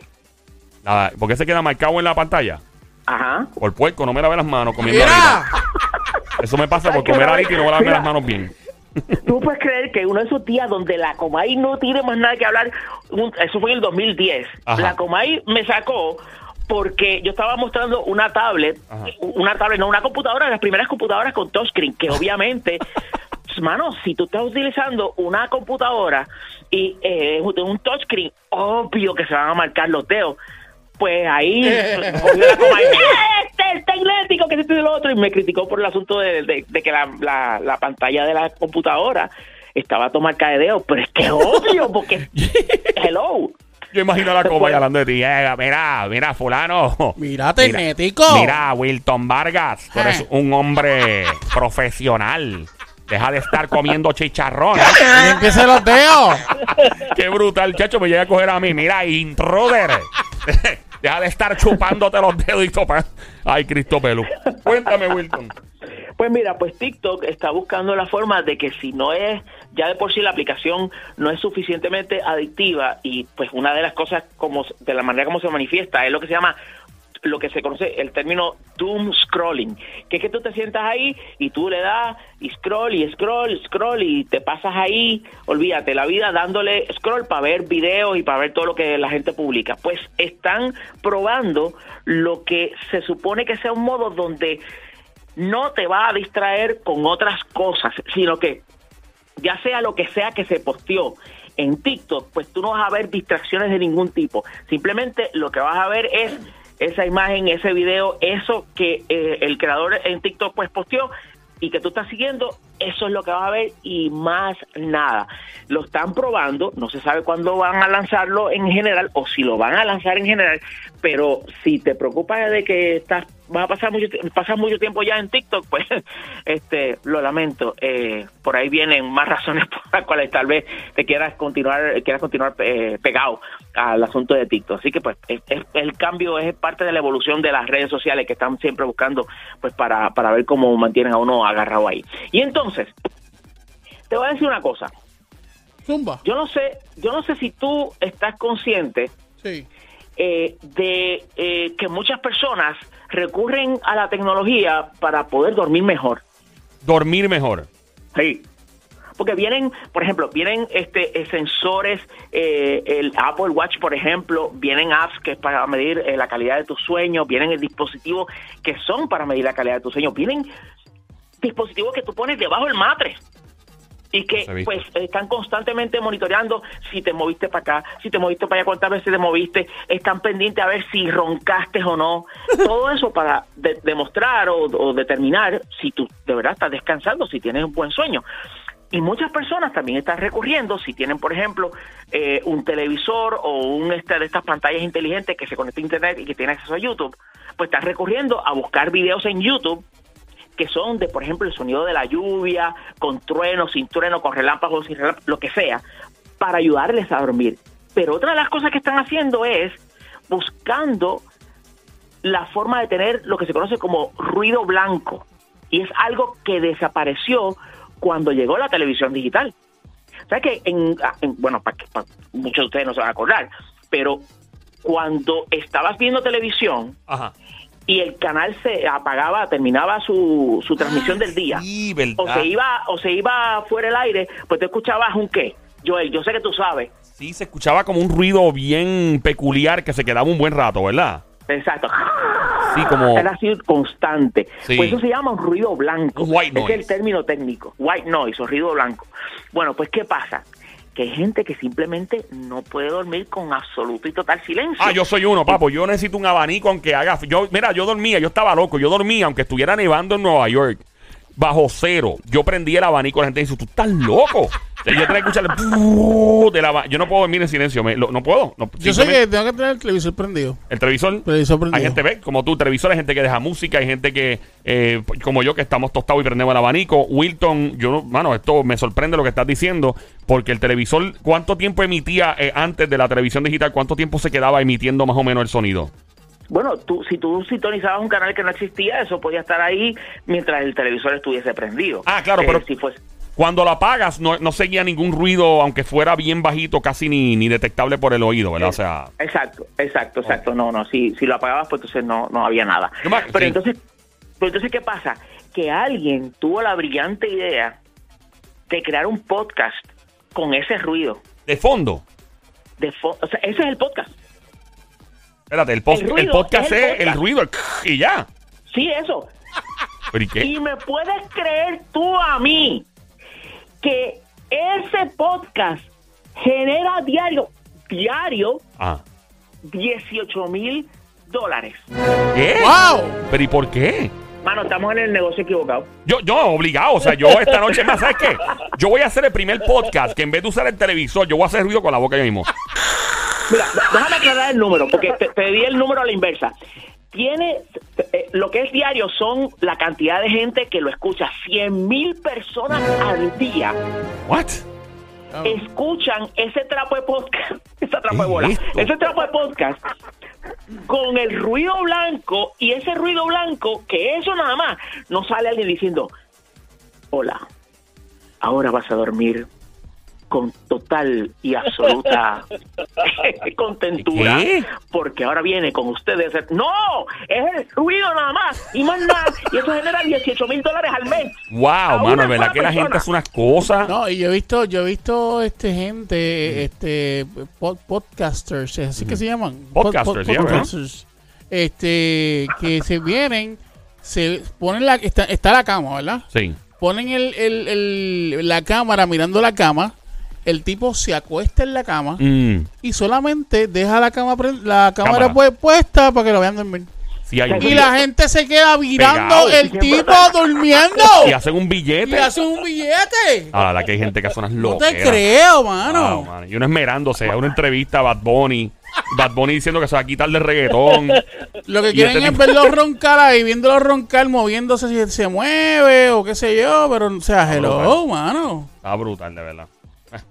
Speaker 1: Nada, ¿Por qué se queda marcado en la pantalla?
Speaker 4: Ajá.
Speaker 1: Por puerco, no me lavé las manos comiendo
Speaker 3: ¡Mira!
Speaker 1: ahorita. Eso me pasa por
Speaker 4: que
Speaker 1: comer
Speaker 4: no-
Speaker 1: ahorita y no me lavé
Speaker 4: Mira.
Speaker 1: las manos bien.
Speaker 4: Tú puedes creer que uno de esos días donde la Comay no tiene más nada que hablar, un- eso fue en el 2010.
Speaker 1: Ajá.
Speaker 4: La Comay me sacó porque yo estaba mostrando una tablet,
Speaker 1: Ajá.
Speaker 4: una tablet, no, una computadora, las primeras computadoras con touchscreen, que obviamente, mano, si tú estás utilizando una computadora y eh, un touchscreen, obvio que se van a marcar los dedos. Pues ahí, cogió la Comay, "¡Eh, este, este atlético, que este y lo otro, y me criticó por el asunto de, de- de que la, la- la pantalla de la computadora estaba a tomar caedeo, pero es que obvio, porque, hello,
Speaker 1: Yo imagino a la copa y hablando de ti. "Eh, mira, mira, fulano.
Speaker 3: Mira, Tecnético.
Speaker 1: Mira, Wilton Vargas, tú eres
Speaker 3: Ah.
Speaker 1: un hombre profesional. Deja de estar comiendo chicharrones.
Speaker 3: Y empieza los dedos.
Speaker 1: Qué brutal, chacho, me llega a coger a mí. Mira, intruder. [LAUGHS] Deja de estar chupándote los dedos y topa. Ay, Cristo Pelu. Cuéntame, Wilton.
Speaker 4: Pues mira, pues TikTok está buscando la forma de que si no es, ya de por sí la aplicación no es suficientemente adictiva y pues una de las cosas como de la manera como se manifiesta es lo que se llama lo que se conoce el término doom scrolling, que es que tú te sientas ahí y tú le das y scroll y scroll, scroll y te pasas ahí, olvídate, la vida dándole scroll para ver videos y para ver todo lo que la gente publica. Pues están probando lo que se supone que sea un modo donde no te va a distraer con otras cosas, sino que ya sea lo que sea que se posteó en TikTok, pues tú no vas a ver distracciones de ningún tipo. Simplemente lo que vas a ver es esa imagen, ese video, eso que eh, el creador en TikTok pues posteó y que tú estás siguiendo, eso es lo que vas a ver y más nada. Lo están probando, no se sabe cuándo van a lanzarlo en general o si lo van a lanzar en general, pero si te preocupa de que estás vas a pasar mucho tie- pasas mucho tiempo ya en TikTok, pues [LAUGHS] este lo lamento. Eh, por ahí vienen más razones [LAUGHS] por las cuales tal vez te quieras continuar quieras continuar eh, pegado al asunto de TikTok. Así que pues es- es- el cambio es parte de la evolución de las redes sociales que están siempre buscando pues para para ver cómo mantienen a uno agarrado ahí. Y entonces te voy a decir una cosa.
Speaker 3: Zumba.
Speaker 4: Yo no sé yo no sé si tú estás consciente
Speaker 3: Sí.
Speaker 4: eh, de eh, que muchas personas recurren a la tecnología para poder dormir mejor.
Speaker 1: Dormir mejor.
Speaker 4: Sí. Porque vienen, por ejemplo, vienen este eh, sensores, eh, el Apple Watch, por ejemplo, vienen apps que es para medir eh, la calidad de tus sueños, vienen el dispositivo que son para medir la calidad de tus sueños, vienen dispositivos que tú pones debajo del matre y
Speaker 1: Se ha
Speaker 4: que
Speaker 1: visto.
Speaker 4: pues están constantemente monitoreando si te moviste para acá, si te moviste para allá, cuántas veces te moviste, están pendientes a ver si roncaste o no. Todo eso para de- demostrar o, o determinar si tú de verdad estás descansando, si tienes un buen sueño. Y muchas personas también están recurriendo, si tienen, por ejemplo, eh, un televisor o un este, de estas pantallas inteligentes que se conecta a Internet y que tiene acceso a YouTube, pues están recurriendo a buscar videos en YouTube que son de, por ejemplo, el sonido de la lluvia, con trueno, sin trueno, con relámpagos, sin relámpagos, lo que sea, para ayudarles a dormir. Pero otra de las cosas que están haciendo es buscando la forma de tener lo que se conoce como ruido blanco. Y es algo que desapareció cuando llegó la televisión digital. O sea que, en, ah, en- bueno, para muchos de ustedes no se van a acordar, pero cuando estabas viendo televisión,
Speaker 1: Ajá.
Speaker 4: y el canal se apagaba, terminaba su, su transmisión del día.
Speaker 1: Ah, Sí, Ah.
Speaker 4: O
Speaker 1: verdad.
Speaker 4: se iba, o se iba fuera el aire, pues tú escuchabas un qué. Joel, yo sé que tú sabes.
Speaker 1: Sí, se escuchaba como un ruido bien peculiar que se quedaba un buen rato, ¿verdad?
Speaker 4: Exacto.
Speaker 1: así como.
Speaker 4: Ah, Era así constante.
Speaker 1: Oh. Sí.
Speaker 4: Pues eso se llama un ruido blanco.
Speaker 1: Un white
Speaker 4: Ese
Speaker 1: noise.
Speaker 4: Es el término técnico. White noise o ruido blanco. Bueno, pues ¿qué pasa? Que hay gente que simplemente no puede dormir con absoluto y total silencio.
Speaker 1: Ah, yo soy uno, papo. Yo necesito un abanico aunque haga. Yo, mira, yo dormía, yo estaba loco. Yo dormía aunque estuviera nevando en Nueva York, bajo cero. Yo prendí el abanico. La gente dice, tú estás loco. Y yo tengo que escuchar el [LAUGHS] brrrr del aba- Yo no puedo dormir en silencio. me- lo- no puedo. no-
Speaker 3: Yo sé
Speaker 1: simplemente-
Speaker 3: que tengo que tener el televisor prendido.
Speaker 1: El televisor.
Speaker 3: Televisor prendido.
Speaker 1: Hay gente, ve, como tú, televisor, hay gente que deja música, hay gente que, eh, como yo, que estamos tostados y prendemos el abanico. Wilton, yo, no- mano, esto me sorprende lo que estás diciendo, porque el televisor, ¿cuánto tiempo emitía eh, antes de la televisión digital? ¿Cuánto tiempo se quedaba emitiendo más o menos el sonido?
Speaker 4: Bueno, tú, si tú sintonizabas un canal que no existía, eso podía estar ahí mientras el televisor estuviese prendido.
Speaker 1: Ah, claro,
Speaker 4: Eh,
Speaker 1: pero-
Speaker 4: Si fuese...
Speaker 1: Cuando lo apagas, no, no seguía ningún ruido, aunque fuera bien bajito, casi ni, ni detectable por el oído, ¿verdad? O sea,
Speaker 4: Exacto, exacto, exacto. No, no, si, si lo apagabas, pues entonces no, no había nada.
Speaker 1: No más,
Speaker 4: Pero
Speaker 1: sí.
Speaker 4: entonces, pero entonces, ¿qué pasa? Que alguien tuvo la brillante idea de crear un podcast con ese ruido.
Speaker 1: de fondo.
Speaker 4: De fo- o sea, ese es el podcast.
Speaker 1: Espérate, el, pos-
Speaker 4: El
Speaker 1: el,
Speaker 4: ruido,
Speaker 1: podcast
Speaker 4: el
Speaker 1: es el
Speaker 4: podcast.
Speaker 1: ruido, el [LAUGHS] y ya.
Speaker 4: Sí, eso.
Speaker 1: ¿Pero y qué?
Speaker 4: Y me puedes creer tú a mí que ese podcast genera diario, diario,
Speaker 1: Ah.
Speaker 4: 18 mil dólares.
Speaker 1: ¿Qué?
Speaker 3: ¡Wow!
Speaker 1: ¿Pero y por qué?
Speaker 4: Mano, estamos en el negocio equivocado.
Speaker 1: Yo, yo, obligado. O sea, yo esta noche más, ¿sabes qué? Yo voy a hacer el primer podcast que en vez de usar el televisor, yo voy a hacer ruido con la boca yo mismo.
Speaker 4: Mira, déjame aclarar el número, porque te, te di el número a la inversa. Tiene, eh, lo que es diario son la cantidad de gente que lo escucha. 100 mil personas al día
Speaker 1: ¿What?
Speaker 4: escuchan ese trapo de podcast, [LAUGHS] esa trapo de
Speaker 1: Ah.
Speaker 4: bola,
Speaker 1: ¿Qué es esto?
Speaker 4: ese trapo de podcast con el ruido blanco y ese ruido blanco, que eso nada más, no sale alguien diciendo, hola, ahora vas a dormir con total y absoluta [LAUGHS] contentura,
Speaker 1: ¿Qué?
Speaker 4: porque ahora viene con ustedes. el- No, es el ruido nada más y más nada, y eso genera 18 mil dólares al mes.
Speaker 1: Wow,
Speaker 4: A
Speaker 1: mano,
Speaker 4: una
Speaker 1: es verdad
Speaker 4: sola
Speaker 1: que la gente
Speaker 4: persona.
Speaker 1: hace unas cosas.
Speaker 3: No, y yo he visto, yo he visto este gente, este pod- podcasters, así que se llaman. Pod- pod-
Speaker 1: Podcasters, yeah,
Speaker 3: podcasters. Este, que se vienen, se ponen la, está, está la cama, ¿verdad?
Speaker 1: Sí.
Speaker 3: Ponen el, el- el- la cámara mirando la cama, el tipo se acuesta en la cama
Speaker 1: Mm,
Speaker 3: y solamente deja la cama pre- la cámara,
Speaker 1: Cámara.
Speaker 3: pues, puesta para que lo vean dormir.
Speaker 1: sí hay
Speaker 3: Y la gente se queda mirando
Speaker 1: Pegado.
Speaker 3: el tipo durmiendo
Speaker 1: y hacen un
Speaker 3: y
Speaker 1: billete.
Speaker 3: hace un billete.
Speaker 1: Ahora, la que hay gente que hace unas
Speaker 3: No
Speaker 1: locuras.
Speaker 3: te creo,
Speaker 1: Wow,
Speaker 3: mano.
Speaker 1: mano. Y uno esmerándose a una entrevista a Bad Bunny. Bad Bunny diciendo que se va a quitar de reggaetón.
Speaker 3: Lo
Speaker 1: Y
Speaker 3: que quieren
Speaker 1: este
Speaker 3: es
Speaker 1: tipo-
Speaker 3: verlo roncar ahí, viéndolo roncar, moviéndose si se mueve o qué sé yo, pero o sea, hello,
Speaker 1: loco.
Speaker 3: mano.
Speaker 1: Está brutal, de verdad.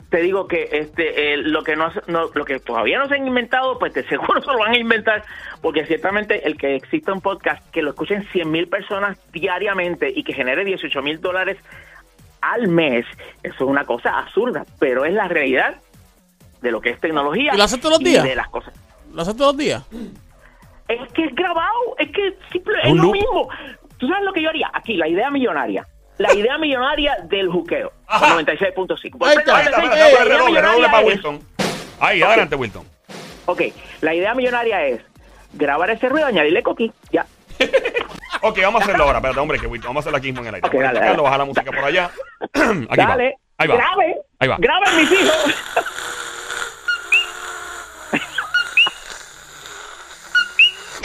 Speaker 4: te digo que este eh, lo que no, hace- no- lo que todavía no se han inventado pues de seguro [LAUGHS] se lo van a inventar porque ciertamente el que exista un podcast que lo escuchen 100 mil personas diariamente y que genere 18 mil dólares al mes eso es una cosa absurda pero es la realidad de lo que es tecnología
Speaker 3: ¿Y lo hace todos los
Speaker 4: y
Speaker 3: días?
Speaker 4: de las cosas
Speaker 3: Lo hace todos los días.
Speaker 4: es que es grabado, es que simple-
Speaker 1: Es
Speaker 4: es
Speaker 1: un
Speaker 4: lo
Speaker 1: loop.
Speaker 4: mismo. ¿Tú sabes lo que yo haría? Aquí, la idea millonaria. La idea millonaria del juqueo.
Speaker 1: Ajá.
Speaker 4: 96.5.
Speaker 3: Ahí está,
Speaker 4: Prende,
Speaker 3: ahí está, ahí está,
Speaker 4: prende,
Speaker 3: ahí
Speaker 4: prende, la idea
Speaker 1: Redoble, redoble
Speaker 4: millonaria
Speaker 1: para
Speaker 4: es-
Speaker 1: Wilton. Ahí, adelante, Wilton.
Speaker 4: Ok, la idea millonaria es grabar ese ruido, añadirle coquí. Ya.
Speaker 1: Ok, vamos a hacerlo ahora. Espérate, hombre, que Wilton, vamos a hacerlo aquí mismo en el aire.
Speaker 4: Ok, dale,
Speaker 1: Carlos,
Speaker 4: dale.
Speaker 1: baja la música por allá. [CLEARS THROAT] aquí
Speaker 4: Dale.
Speaker 1: va. Ahí va.
Speaker 4: Graben.
Speaker 1: Ahí va.
Speaker 4: Graben
Speaker 1: [LAUGHS]
Speaker 4: mis hijos.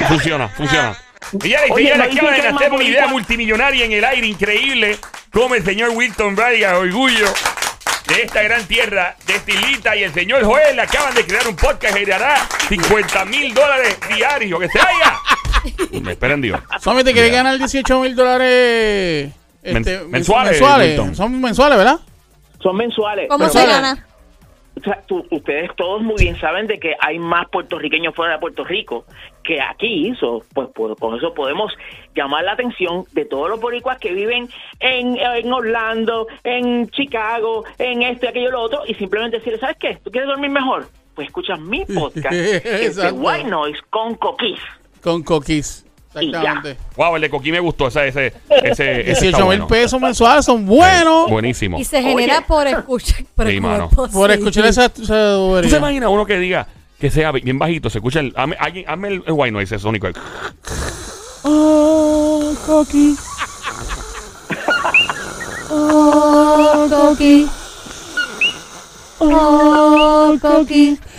Speaker 1: Funciona, funciona. Señores y
Speaker 4: Oye,
Speaker 1: señores,
Speaker 4: me dicen
Speaker 1: acaban
Speaker 4: que
Speaker 1: de
Speaker 4: hay
Speaker 1: hacer
Speaker 4: más
Speaker 1: una idea
Speaker 4: boricuas.
Speaker 1: multimillonaria en el aire increíble. Como el señor Wilton Braga, orgullo de esta gran tierra de Estilita y el señor Joel acaban de crear un podcast que generará 50 mil dólares diarios. ¡Que se vaya! Me esperen, Dios.
Speaker 3: Somi, te quieres
Speaker 1: Ya.
Speaker 3: ganar 18 mil dólares este,
Speaker 1: Men-
Speaker 3: mens-
Speaker 1: mensuales, Milton.
Speaker 3: Son mensuales, ¿verdad?
Speaker 4: Son mensuales.
Speaker 2: ¿Cómo
Speaker 4: Pero
Speaker 2: se
Speaker 3: sale?
Speaker 4: mira,
Speaker 2: gana?
Speaker 4: o sea, tú- ustedes todos muy bien saben de que hay más puertorriqueños fuera de Puerto Rico que aquí. So, pues, por- con eso podemos llamar la atención de todos los boricuas que viven en, en Orlando, en Chicago, en esto, aquello, lo otro, y simplemente decirles, ¿sabes qué? ¿Tú quieres dormir mejor? Pues
Speaker 1: [LAUGHS]
Speaker 4: escuchas mi podcast, que es de
Speaker 3: Exacto.
Speaker 4: White Noise con Coquís.
Speaker 3: Con coquis.
Speaker 4: Y ya.
Speaker 3: Exactamente.
Speaker 1: Wow, el de Coquí me gustó. Ese, ese, ese, ese
Speaker 3: 18
Speaker 1: está
Speaker 3: mil
Speaker 1: bueno. Eh,
Speaker 3: pesos mensuales son buenos.
Speaker 1: Buenísimo.
Speaker 2: Y se genera
Speaker 4: Oye.
Speaker 2: por escuchar. Por,
Speaker 1: Sí, mano.
Speaker 3: Por escuchar esa, esa
Speaker 1: ¿Tú se
Speaker 3: bobería.
Speaker 1: imaginas uno que diga que sea bien bajito? Se escucha el. Hazme, alguien- hazme el, el white noise ese sónico. ahí. Ah,
Speaker 3: Oh,
Speaker 2: [LAUGHS]
Speaker 3: Coqui. Oh,
Speaker 2: Coqui. Oh, Coqui. [LAUGHS]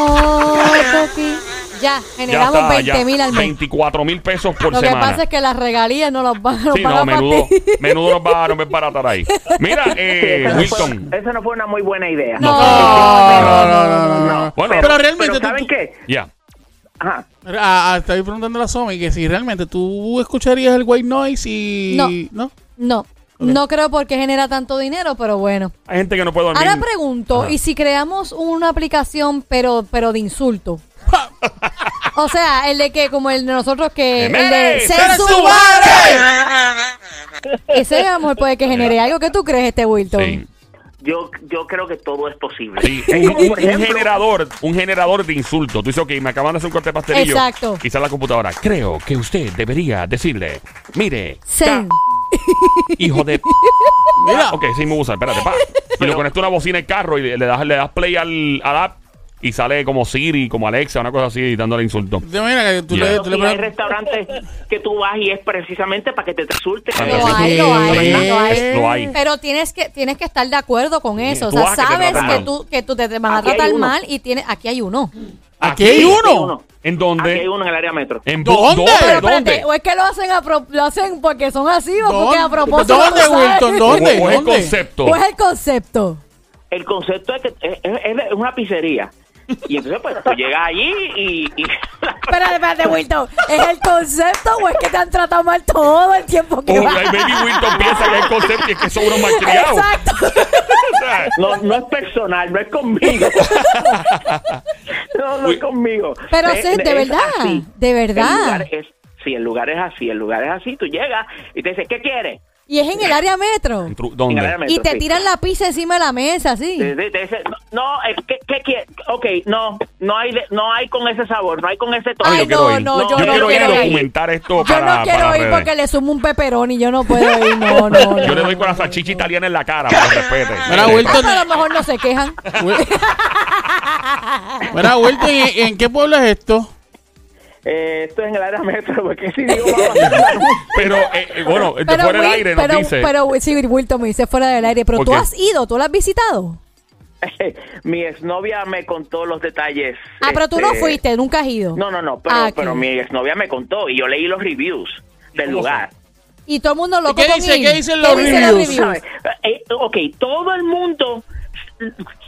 Speaker 2: Oh, Coqui. Ya, generamos
Speaker 1: está,
Speaker 2: 20 mil al mes.
Speaker 1: 24 mil pesos por
Speaker 2: Lo que
Speaker 1: semana.
Speaker 2: pasa es que las regalías no las van, nos
Speaker 1: Sí,
Speaker 2: van
Speaker 1: no,
Speaker 2: a
Speaker 1: menudo,
Speaker 2: partir.
Speaker 1: menudo nos va a nos va a embaratar ahí.
Speaker 2: [LAUGHS]
Speaker 1: Mira, eh,
Speaker 4: Esa no fue-
Speaker 1: Wilton.
Speaker 4: Mm. esa no fue una muy buena idea.
Speaker 2: No,
Speaker 3: No, no, no, no, no.
Speaker 1: Bueno,
Speaker 3: pero realmente
Speaker 4: pero
Speaker 3: tú-
Speaker 4: ¿saben
Speaker 3: tú-
Speaker 4: qué?
Speaker 1: Ya.
Speaker 4: Ajá.
Speaker 3: Ah, ah, estaba preguntando a la Somi que si realmente tú escucharías el white noise y...
Speaker 2: No.
Speaker 3: ¿No?
Speaker 2: [LAUGHS] No, no creo porque genera tanto dinero, pero bueno.
Speaker 1: Hay gente que no puede dormir.
Speaker 2: Ahora pregunto,
Speaker 1: Ajá.
Speaker 2: ¿y si creamos una aplicación pero pero
Speaker 1: [LAUGHS]
Speaker 2: de insulto? o sea, el de que como el de nosotros que el de
Speaker 1: ¡Mere!
Speaker 2: ser
Speaker 3: ¡Eres
Speaker 2: su
Speaker 3: su
Speaker 2: madre!
Speaker 3: madre!
Speaker 2: Ese a lo mejor puede que genere algo que tú crees este Wilton.
Speaker 1: Sí.
Speaker 4: Yo, yo creo que todo es posible.
Speaker 1: Sí,
Speaker 2: [LAUGHS]
Speaker 4: Es
Speaker 1: un,
Speaker 4: como,
Speaker 1: un-
Speaker 4: por
Speaker 1: un
Speaker 4: ejemplo,
Speaker 1: generador, un generador de insultos. Tú dices, ok, me acaban de hacer un corte de pastelillo.
Speaker 2: Exacto.
Speaker 1: Quizá la computadora. Creo que usted debería decirle, mire,
Speaker 2: Zen.
Speaker 1: ca- hijo de...
Speaker 3: Mira.
Speaker 1: Ok, sí me gusta, espérate, pa. Y lo conectas a una bocina en el carro y le, le das, le das play al, al app y sale como Siri, como Alexa, una cosa así, dándole insulto.
Speaker 3: De manera que tú
Speaker 1: Yeah.
Speaker 3: le,
Speaker 4: pero
Speaker 3: tú le
Speaker 4: sí hay
Speaker 3: preguntas-
Speaker 4: restaurantes que tú vas y es precisamente para que te resulte.
Speaker 1: Ah,
Speaker 2: Lo hay,
Speaker 3: Sí.
Speaker 2: lo hay, lo hay.
Speaker 1: Lo hay.
Speaker 2: Pero tienes que tienes que estar de acuerdo con eso. O
Speaker 1: Tú
Speaker 2: sea,
Speaker 1: vas a que te
Speaker 2: sabes
Speaker 1: tratan
Speaker 2: que
Speaker 1: mal.
Speaker 2: tú que tú te, te van a
Speaker 4: Aquí hay
Speaker 2: tratar
Speaker 4: uno.
Speaker 2: mal y tienes aquí hay uno.
Speaker 3: Aquí hay uno.
Speaker 1: ¿En
Speaker 4: Aquí
Speaker 1: dónde?
Speaker 4: hay uno en el área metro.
Speaker 1: ¿En
Speaker 3: ¿Dónde?
Speaker 2: Pero
Speaker 1: ¿Dónde?
Speaker 2: espérate,
Speaker 1: ¿Dónde?
Speaker 2: o es que lo hacen a pro- lo hacen porque son así o porque a
Speaker 3: ¿Dónde?
Speaker 2: propósito.
Speaker 3: ¿Dónde,
Speaker 2: tú sabes?
Speaker 3: Wilton? ¿Dónde?
Speaker 1: ¿O es el
Speaker 3: ¿Dónde?
Speaker 1: concepto?
Speaker 2: ¿O es el concepto?
Speaker 4: El concepto es que es, es- es una pizzería. Y entonces, pues tú llegas allí y.
Speaker 2: [LAUGHS]
Speaker 4: y-
Speaker 2: Espérate, espérate, Wilton. ¿Es el concepto o es que te han tratado mal todo el tiempo
Speaker 1: O
Speaker 2: que va?
Speaker 1: el baby Wilton piensa que es el concepto y es que son unos malcriados.
Speaker 2: Exacto. [LAUGHS]
Speaker 1: O sea, [LAUGHS]
Speaker 4: no, no es personal, no es conmigo. no, no es conmigo.
Speaker 2: Pero
Speaker 4: Es-
Speaker 2: sí, de
Speaker 4: es
Speaker 2: verdad,
Speaker 4: así.
Speaker 2: de verdad.
Speaker 4: El lugar es, sí, el lugar es así, el lugar es así. Tú llegas y te dices, ¿qué quieres?
Speaker 2: Y es en el área metro.
Speaker 1: ¿en tru-
Speaker 4: En el área
Speaker 1: ¿Dónde?
Speaker 4: metro,
Speaker 2: Y te
Speaker 4: sí.
Speaker 2: tiran la pizza encima de la mesa, así.
Speaker 4: Te- te- te dice, no, eh, ¿qué, qué quieres? Ok, no, no hay, de- no hay con ese sabor, no hay con ese toque.
Speaker 2: Ay,
Speaker 1: yo quiero ir.
Speaker 2: no,
Speaker 4: no, yo
Speaker 1: yo
Speaker 4: no
Speaker 1: quiero ir a
Speaker 4: quiero ir.
Speaker 1: documentar esto
Speaker 2: Yo
Speaker 1: para
Speaker 2: no quiero
Speaker 1: para
Speaker 2: ir
Speaker 1: redes.
Speaker 2: porque le sumo un peperón y yo no puedo ir. [LAUGHS] No, no, no.
Speaker 1: Yo le doy con la salchicha italiana en la cara, para que respete.
Speaker 3: Mira,
Speaker 1: Sí.
Speaker 3: Wilton.
Speaker 2: Pero a lo mejor no se
Speaker 1: [LAUGHS]
Speaker 2: quejan.
Speaker 3: Wil- Mira, Wilton, ¿y- ¿en qué pueblo es esto?
Speaker 4: Eh, esto es en el área metro, porque si digo, vamos.
Speaker 1: Pero, eh, eh, bueno, de
Speaker 2: Pero,
Speaker 1: fuera del
Speaker 2: Wil-
Speaker 1: aire nos
Speaker 2: pero,
Speaker 1: dice.
Speaker 2: pero Wil- sí, Wilton me dice fuera del aire. Pero
Speaker 1: ¿Por
Speaker 2: tú
Speaker 1: qué?
Speaker 2: has ido, tú lo has visitado.
Speaker 4: [LAUGHS] mi exnovia me contó los detalles.
Speaker 2: Ah, pero tú no
Speaker 4: este,
Speaker 2: fuiste, nunca has ido.
Speaker 4: No, no, no, pero,
Speaker 2: Ah,
Speaker 4: pero
Speaker 2: ok.
Speaker 4: mi exnovia me contó y yo leí los reviews del
Speaker 1: cómo
Speaker 4: lugar.
Speaker 2: Y todo el mundo loco
Speaker 3: ¿Qué
Speaker 2: con
Speaker 3: dice-
Speaker 2: ir.
Speaker 3: qué dicen los
Speaker 2: Pues
Speaker 3: reviews?
Speaker 4: ¿Sabes? Eh, ok, todo el mundo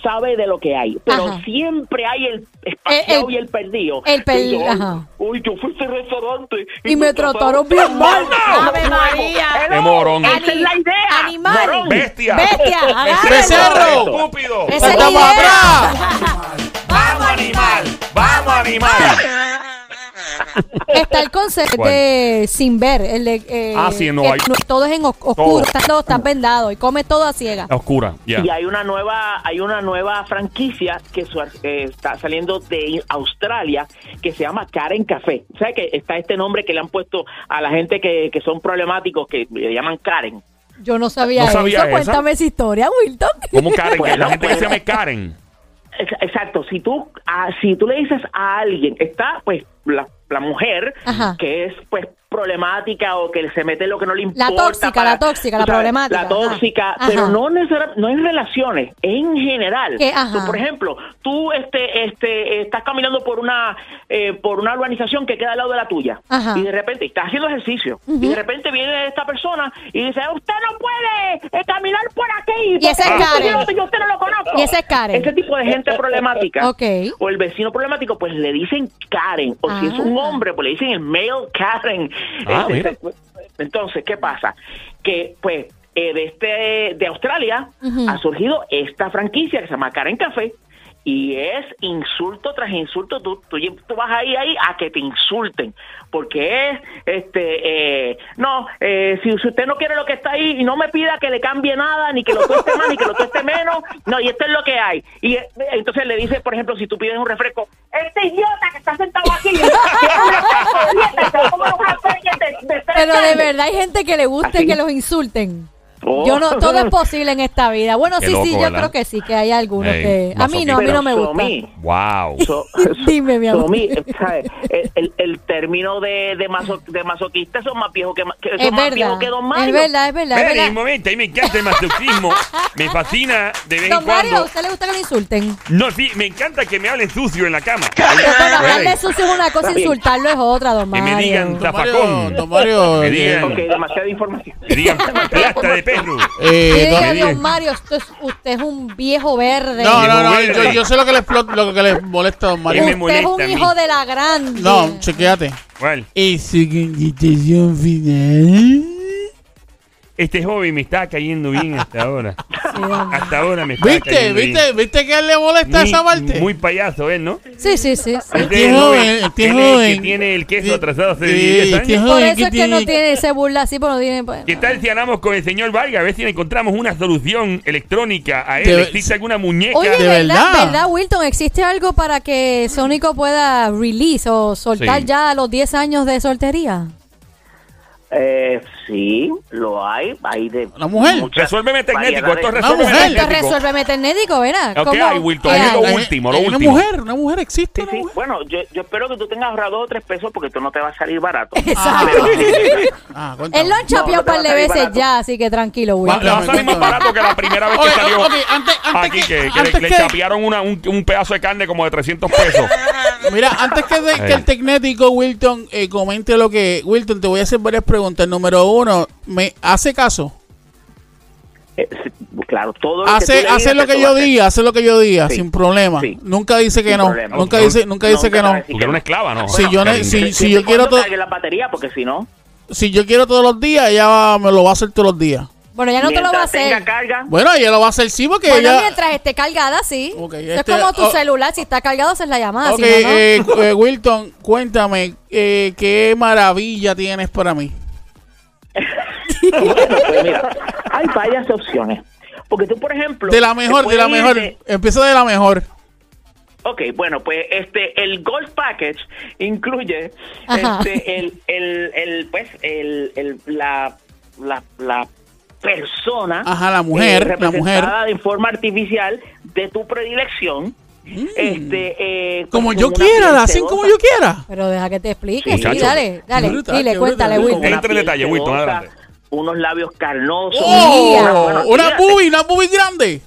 Speaker 4: sabe de lo que hay, pero
Speaker 2: Ajá.
Speaker 4: siempre hay el espaciado
Speaker 2: El- el-
Speaker 4: y el perdido.
Speaker 2: el perdido,
Speaker 4: Y yo,
Speaker 2: ajá.
Speaker 4: Uy, yo fui a este restaurante
Speaker 2: Y me trataron bien mal. ¡Ave María!
Speaker 1: ¡Qué morón!
Speaker 4: Ani- Esa es la idea.
Speaker 2: ¡Animal!
Speaker 4: Morón.
Speaker 1: Bestia.
Speaker 2: ¡Bestia!
Speaker 1: [LAUGHS]
Speaker 2: agárrenlo.
Speaker 3: ¡Becerro!
Speaker 1: ¡Estúpido!
Speaker 2: Esa es la
Speaker 3: ¡Saltamos
Speaker 2: idea.
Speaker 3: atrás!
Speaker 1: ¡Vamos, animal! ¡Vamos, animal!
Speaker 2: Está el concepto
Speaker 1: ¿Cuál?
Speaker 2: de sin ver. El de, eh,
Speaker 1: Ah, sí, en Nueva
Speaker 2: que
Speaker 1: York.
Speaker 2: no- Todo es en os- oscuro, estás, todo está vendado y comes todo a ciega.
Speaker 1: A oscura, ya.
Speaker 4: Y hay una nueva, hay una nueva franquicia que su- eh, está saliendo de Australia que se llama Karen Café. O sea que está este nombre que le han puesto a la gente que, que son problemáticos que le llaman Karen.
Speaker 2: Yo no sabía,
Speaker 1: No sabía
Speaker 2: eso.
Speaker 1: esa.
Speaker 2: Cuéntame esa historia, Wilton.
Speaker 1: ¿Cómo Karen?
Speaker 4: Bueno,
Speaker 1: pues, la gente que se
Speaker 4: bueno.
Speaker 1: llama Karen.
Speaker 4: Ex- Exacto, si tú ah, si tú le dices a alguien, está pues la, la mujer
Speaker 2: Ajá.
Speaker 4: que es pues problemática o que se mete en lo que no le
Speaker 2: La
Speaker 4: importa.
Speaker 2: tóxica, la tóxica, la
Speaker 4: tú sabes,
Speaker 2: problemática,
Speaker 4: La
Speaker 2: ajá.
Speaker 4: tóxica,
Speaker 2: Ajá.
Speaker 4: pero no necesar- no en relaciones, en general.
Speaker 2: Que, ajá.
Speaker 4: Tú, por ejemplo, tú este este estás caminando por una eh, por una urbanización que queda al lado de la tuya
Speaker 2: Ajá.
Speaker 4: y de repente estás haciendo ejercicio y de repente viene esta persona y dice, "Usted no puede eh, caminar por aquí."
Speaker 2: Y esa es
Speaker 4: porque
Speaker 2: Karen.
Speaker 4: Yo, no- yo usted no lo conozco.
Speaker 2: Y esa es Karen.
Speaker 4: Ese tipo de gente problemática
Speaker 2: Ok.
Speaker 4: o el vecino problemático, pues le dicen Karen, o si es un
Speaker 2: Ah.
Speaker 4: hombre, pues le dicen el male Karen.
Speaker 1: Ah,
Speaker 4: Este,
Speaker 1: mira.
Speaker 4: pues, Entonces, ¿qué pasa? Que pues eh, de este de Australia
Speaker 2: Ujú.
Speaker 4: ha surgido esta franquicia que se llama Karen Café y es insulto tras insulto. Tú, tú, lle- tú vas ahí ahí a que te insulten porque es este eh, no eh, si, si usted no quiere lo que está ahí y no me pida que le cambie nada ni que lo cueste más ni que lo cueste menos no y esto es lo que hay y eh, entonces le dice por ejemplo si tú pides un refresco este idiota que está sentado aquí [LAUGHS] ¿quiere un refresco de dieta? Se va a comer una serie de- de tres
Speaker 2: [LAUGHS] Pero de
Speaker 4: carnes".
Speaker 2: verdad hay gente que le guste
Speaker 4: Así.
Speaker 2: que los insulten.
Speaker 4: Oh.
Speaker 2: Yo no,
Speaker 1: [LAUGHS]
Speaker 2: todo es posible en esta vida. Bueno,
Speaker 1: Qué
Speaker 2: sí, sí,
Speaker 1: loco,
Speaker 2: yo
Speaker 1: ¿verdad?
Speaker 2: creo que sí, que hay algunos
Speaker 1: Ey,
Speaker 2: que... A mí no, a mí
Speaker 4: Pero
Speaker 2: no me gusta.
Speaker 4: Somi,
Speaker 1: Wow.
Speaker 2: [LAUGHS]
Speaker 4: so-
Speaker 2: Dime, mi amor.
Speaker 4: Somi, ¿sabes? El, el- el término de, de, maso- de masoquista son más viejos que, ma- que, son
Speaker 2: Es
Speaker 4: más
Speaker 2: verdad,
Speaker 4: viejos que Don Mario.
Speaker 2: es verdad, es verdad, es
Speaker 1: Espera,
Speaker 2: verdad.
Speaker 1: un momento, a mí me encanta el masoquismo. me fascina de vez en
Speaker 2: Don Mario, ¿a
Speaker 1: cuando.
Speaker 2: usted le gusta que lo insulten?
Speaker 1: No, sí, me encanta que me hablen sucio en la cama.
Speaker 2: Pero
Speaker 1: Ey,
Speaker 2: hablarle sucio es una cosa,
Speaker 4: Está bien.
Speaker 2: insultarlo es otra, don
Speaker 1: Que
Speaker 2: Mario.
Speaker 1: me digan
Speaker 3: Don Mario,
Speaker 1: zafacón.
Speaker 3: Don Mario,
Speaker 1: Que
Speaker 3: eh,
Speaker 1: digan,
Speaker 4: Ok, demasiada información.
Speaker 1: que digan plasta de perro.
Speaker 2: Que
Speaker 3: eh,
Speaker 2: diga,
Speaker 3: don-
Speaker 1: digan.
Speaker 2: don Mario, usted es, usted es un viejo verde.
Speaker 3: no, no, no,
Speaker 1: Viejo
Speaker 3: yo,
Speaker 1: verde.
Speaker 3: yo sé lo que le explota, lo que le molesta a Don
Speaker 1: Él me
Speaker 3: Mario.
Speaker 2: usted es un
Speaker 1: molesta a mí.
Speaker 2: hijo de la grande.
Speaker 3: No, chequéate.
Speaker 1: Bueno,
Speaker 3: Y su contestación final.
Speaker 1: este hobby me está cayendo bien hasta ahora.
Speaker 2: Sí, don-
Speaker 1: Hasta ahora me está
Speaker 3: ¿Viste?
Speaker 1: cayendo
Speaker 3: ¿Viste?
Speaker 1: bien.
Speaker 3: ¿Viste que a él le molesta
Speaker 1: Muy-
Speaker 3: esa parte?
Speaker 1: Muy payaso él, ¿no?
Speaker 2: sí, sí, sí. sí.
Speaker 1: Este
Speaker 3: Este
Speaker 1: es el
Speaker 3: joven,
Speaker 1: joven,
Speaker 3: este
Speaker 1: él es el
Speaker 3: joven.
Speaker 1: que tiene el queso
Speaker 3: Sí,
Speaker 1: atrasado hace
Speaker 3: sí,
Speaker 1: 10
Speaker 3: este
Speaker 1: años.
Speaker 3: joven.
Speaker 2: Por
Speaker 3: Ay,
Speaker 2: eso
Speaker 3: ¿qué
Speaker 2: es que no
Speaker 3: tiene?
Speaker 2: tiene, se burla así, pero no tiene... pues,
Speaker 1: ¿Qué tal si hablamos con el señor Vargas? A ver si le encontramos una solución electrónica a él.
Speaker 3: Debe-
Speaker 1: ¿Existe alguna muñeca?
Speaker 2: Oye,
Speaker 3: De
Speaker 2: ¿verdad,
Speaker 3: verdad.
Speaker 2: verdad? Wilton? ¿Existe algo para que Sónico pueda release o soltar
Speaker 1: Sí.
Speaker 2: ya los 10 años de soltería?
Speaker 4: Eh, sí, lo hay. Hay de.
Speaker 3: ¿Una mujer?
Speaker 4: muchas
Speaker 1: Resuélveme tecnético. Esto es
Speaker 4: variedades.
Speaker 3: Una
Speaker 1: resuélveme
Speaker 3: mujer.
Speaker 1: tecnético.
Speaker 2: Esto resuélveme tecnético, ¿verdad?
Speaker 1: Ok,
Speaker 2: ¿Cómo-
Speaker 1: ay, Wilton,
Speaker 2: qué
Speaker 1: es lo
Speaker 2: hay?
Speaker 1: último, lo
Speaker 3: Hay Una
Speaker 1: último.
Speaker 3: mujer, una mujer, existe
Speaker 4: Sí,
Speaker 3: una
Speaker 4: sí.
Speaker 3: mujer.
Speaker 4: Bueno, yo, yo espero que tú tengas ahorrado dos o tres pesos porque tú no te va a
Speaker 2: [LAUGHS]
Speaker 4: salir barato.
Speaker 2: Exacto.
Speaker 3: Ah,
Speaker 2: [LAUGHS] Él lo
Speaker 3: cuéntame.
Speaker 2: han chapeado
Speaker 4: No, no
Speaker 2: un
Speaker 4: te va
Speaker 2: par
Speaker 4: a
Speaker 2: de
Speaker 4: salir
Speaker 2: veces
Speaker 4: barato.
Speaker 2: ya, así que tranquilo,
Speaker 1: Va-
Speaker 2: Wilton.
Speaker 1: Le va a salir más barato que la primera vez que
Speaker 3: Ok,
Speaker 1: salió
Speaker 3: ok, antes- antes
Speaker 1: aquí,
Speaker 3: que-
Speaker 1: que, que
Speaker 3: antes
Speaker 1: le, le
Speaker 3: que-
Speaker 1: chapearon una- un, un pedazo de carne como de 300 pesos.
Speaker 3: Mira, antes que, de- que el tecnético Wilton eh, comente lo que... Wilton, te voy a hacer varias preguntas. Número uno, ¿me hace caso?
Speaker 4: Eh, sí, claro, todo lo que
Speaker 3: Hace,
Speaker 4: tú le
Speaker 3: hace
Speaker 4: digas,
Speaker 3: lo
Speaker 4: tú
Speaker 3: que yo
Speaker 4: vas a hacer.
Speaker 3: diga, hace lo que yo diga,
Speaker 4: Sí.
Speaker 3: sin problema.
Speaker 4: Sí.
Speaker 3: Nunca dice que
Speaker 4: Sin
Speaker 3: no.
Speaker 4: problema.
Speaker 3: Nunca
Speaker 1: No,
Speaker 3: dice, nunca dice que
Speaker 4: nunca te va a
Speaker 3: no.
Speaker 4: decir.
Speaker 1: Tú que eres una esclava, ¿no?
Speaker 3: Si yo ne-
Speaker 1: Karim.
Speaker 3: si-
Speaker 4: Siempre
Speaker 3: yo
Speaker 4: y
Speaker 3: quiero
Speaker 4: cuando
Speaker 3: to-
Speaker 4: cargue la batería porque si no.
Speaker 3: Si yo quiero todos los días, ella va- me lo va a hacer todos los días.
Speaker 2: Bueno, ya no te lo va a
Speaker 4: mientras tenga
Speaker 2: hacer.
Speaker 4: carga.
Speaker 3: Bueno, ella lo va a hacer sí porque
Speaker 2: Bueno,
Speaker 3: ella...
Speaker 2: mientras esté cargada, sí.
Speaker 3: Ok,
Speaker 2: Eso
Speaker 3: este-
Speaker 2: es como tu
Speaker 3: oh.
Speaker 2: celular, si está cargado, haces la llamada.
Speaker 3: Ok,
Speaker 2: si Ah, no, no.
Speaker 3: eh, cu- eh, Wilton, cuéntame, eh, ¿qué maravilla tienes para mí?
Speaker 4: Bueno,
Speaker 3: [LAUGHS]
Speaker 4: pues mira, hay varias opciones. Porque tú, por ejemplo.
Speaker 3: De la mejor,
Speaker 4: te
Speaker 3: de la
Speaker 4: puedes
Speaker 3: mejor.
Speaker 4: ir de-
Speaker 3: Empieza de la mejor.
Speaker 4: Ok, bueno, pues este, el Gold Package incluye
Speaker 2: Ajá.
Speaker 4: este, el, el, el, pues, el, el, la, la, la persona.
Speaker 3: Ajá, la mujer, la
Speaker 4: representada
Speaker 3: mujer.
Speaker 4: de forma artificial de tu predilección. Este, eh,
Speaker 3: Mm.
Speaker 4: pues,
Speaker 3: Como
Speaker 4: con
Speaker 3: yo
Speaker 4: una
Speaker 3: quiera, la hacen
Speaker 4: piel
Speaker 3: como
Speaker 4: sedosa.
Speaker 3: yo quiera.
Speaker 2: Pero deja que te explique.
Speaker 1: Muchacho.
Speaker 2: Sí, dale, dale.
Speaker 3: Qué brutal, qué
Speaker 2: dile,
Speaker 3: brutal.
Speaker 2: cuéntale,
Speaker 3: Con
Speaker 4: Con
Speaker 2: Wilton.
Speaker 4: una
Speaker 1: Entra en
Speaker 4: piel
Speaker 1: detalle, Wilton,
Speaker 4: sedosa,
Speaker 1: adelante.
Speaker 4: Unos labios carnosos. unas
Speaker 3: ¡Oh!
Speaker 4: buenas-
Speaker 3: Una
Speaker 4: fíjate,
Speaker 3: boobie, una boobie grande.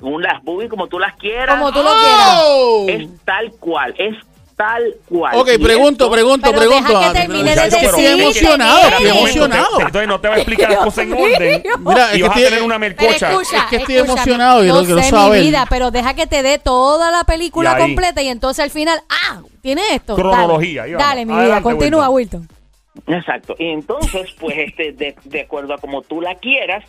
Speaker 4: Unas boobies como tú las quieras.
Speaker 2: Como tú lo quieras.
Speaker 3: ¡Oh!
Speaker 4: Es tal cual, es tal cual.
Speaker 3: Ok,
Speaker 4: Y
Speaker 3: pregunto,
Speaker 4: esto-
Speaker 3: pregunto,
Speaker 2: Pero
Speaker 3: pregunto.
Speaker 2: deja que
Speaker 3: Ana.
Speaker 2: termine
Speaker 3: Muchacho,
Speaker 2: de
Speaker 3: pero
Speaker 2: decir,
Speaker 3: Estoy
Speaker 2: Espera
Speaker 3: emocionado, estoy
Speaker 2: un
Speaker 1: Espérate un momento,
Speaker 3: emocionado.
Speaker 1: te- Entonces no te va a explicar las cosas en orden.
Speaker 3: Mira, [LAUGHS] es
Speaker 1: Y vas
Speaker 3: que
Speaker 1: a
Speaker 3: estoy-
Speaker 1: tener una
Speaker 2: Pero
Speaker 1: melcocha.
Speaker 2: escucha,
Speaker 3: Es que estoy
Speaker 2: escúchame,
Speaker 3: emocionado y lo
Speaker 2: no
Speaker 3: quiero
Speaker 2: sé
Speaker 3: saber.
Speaker 2: mi vida, pero deja que te dé toda la película
Speaker 1: Y ahí.
Speaker 2: completa y entonces al final, ah, tiene esto.
Speaker 1: Cronología, ahí
Speaker 2: Dale,
Speaker 1: vamos.
Speaker 2: dale mi vida,
Speaker 1: Adelante,
Speaker 2: continúa, Wilton.
Speaker 4: Exacto. Y entonces, pues, este, de, de acuerdo a como tú la quieras,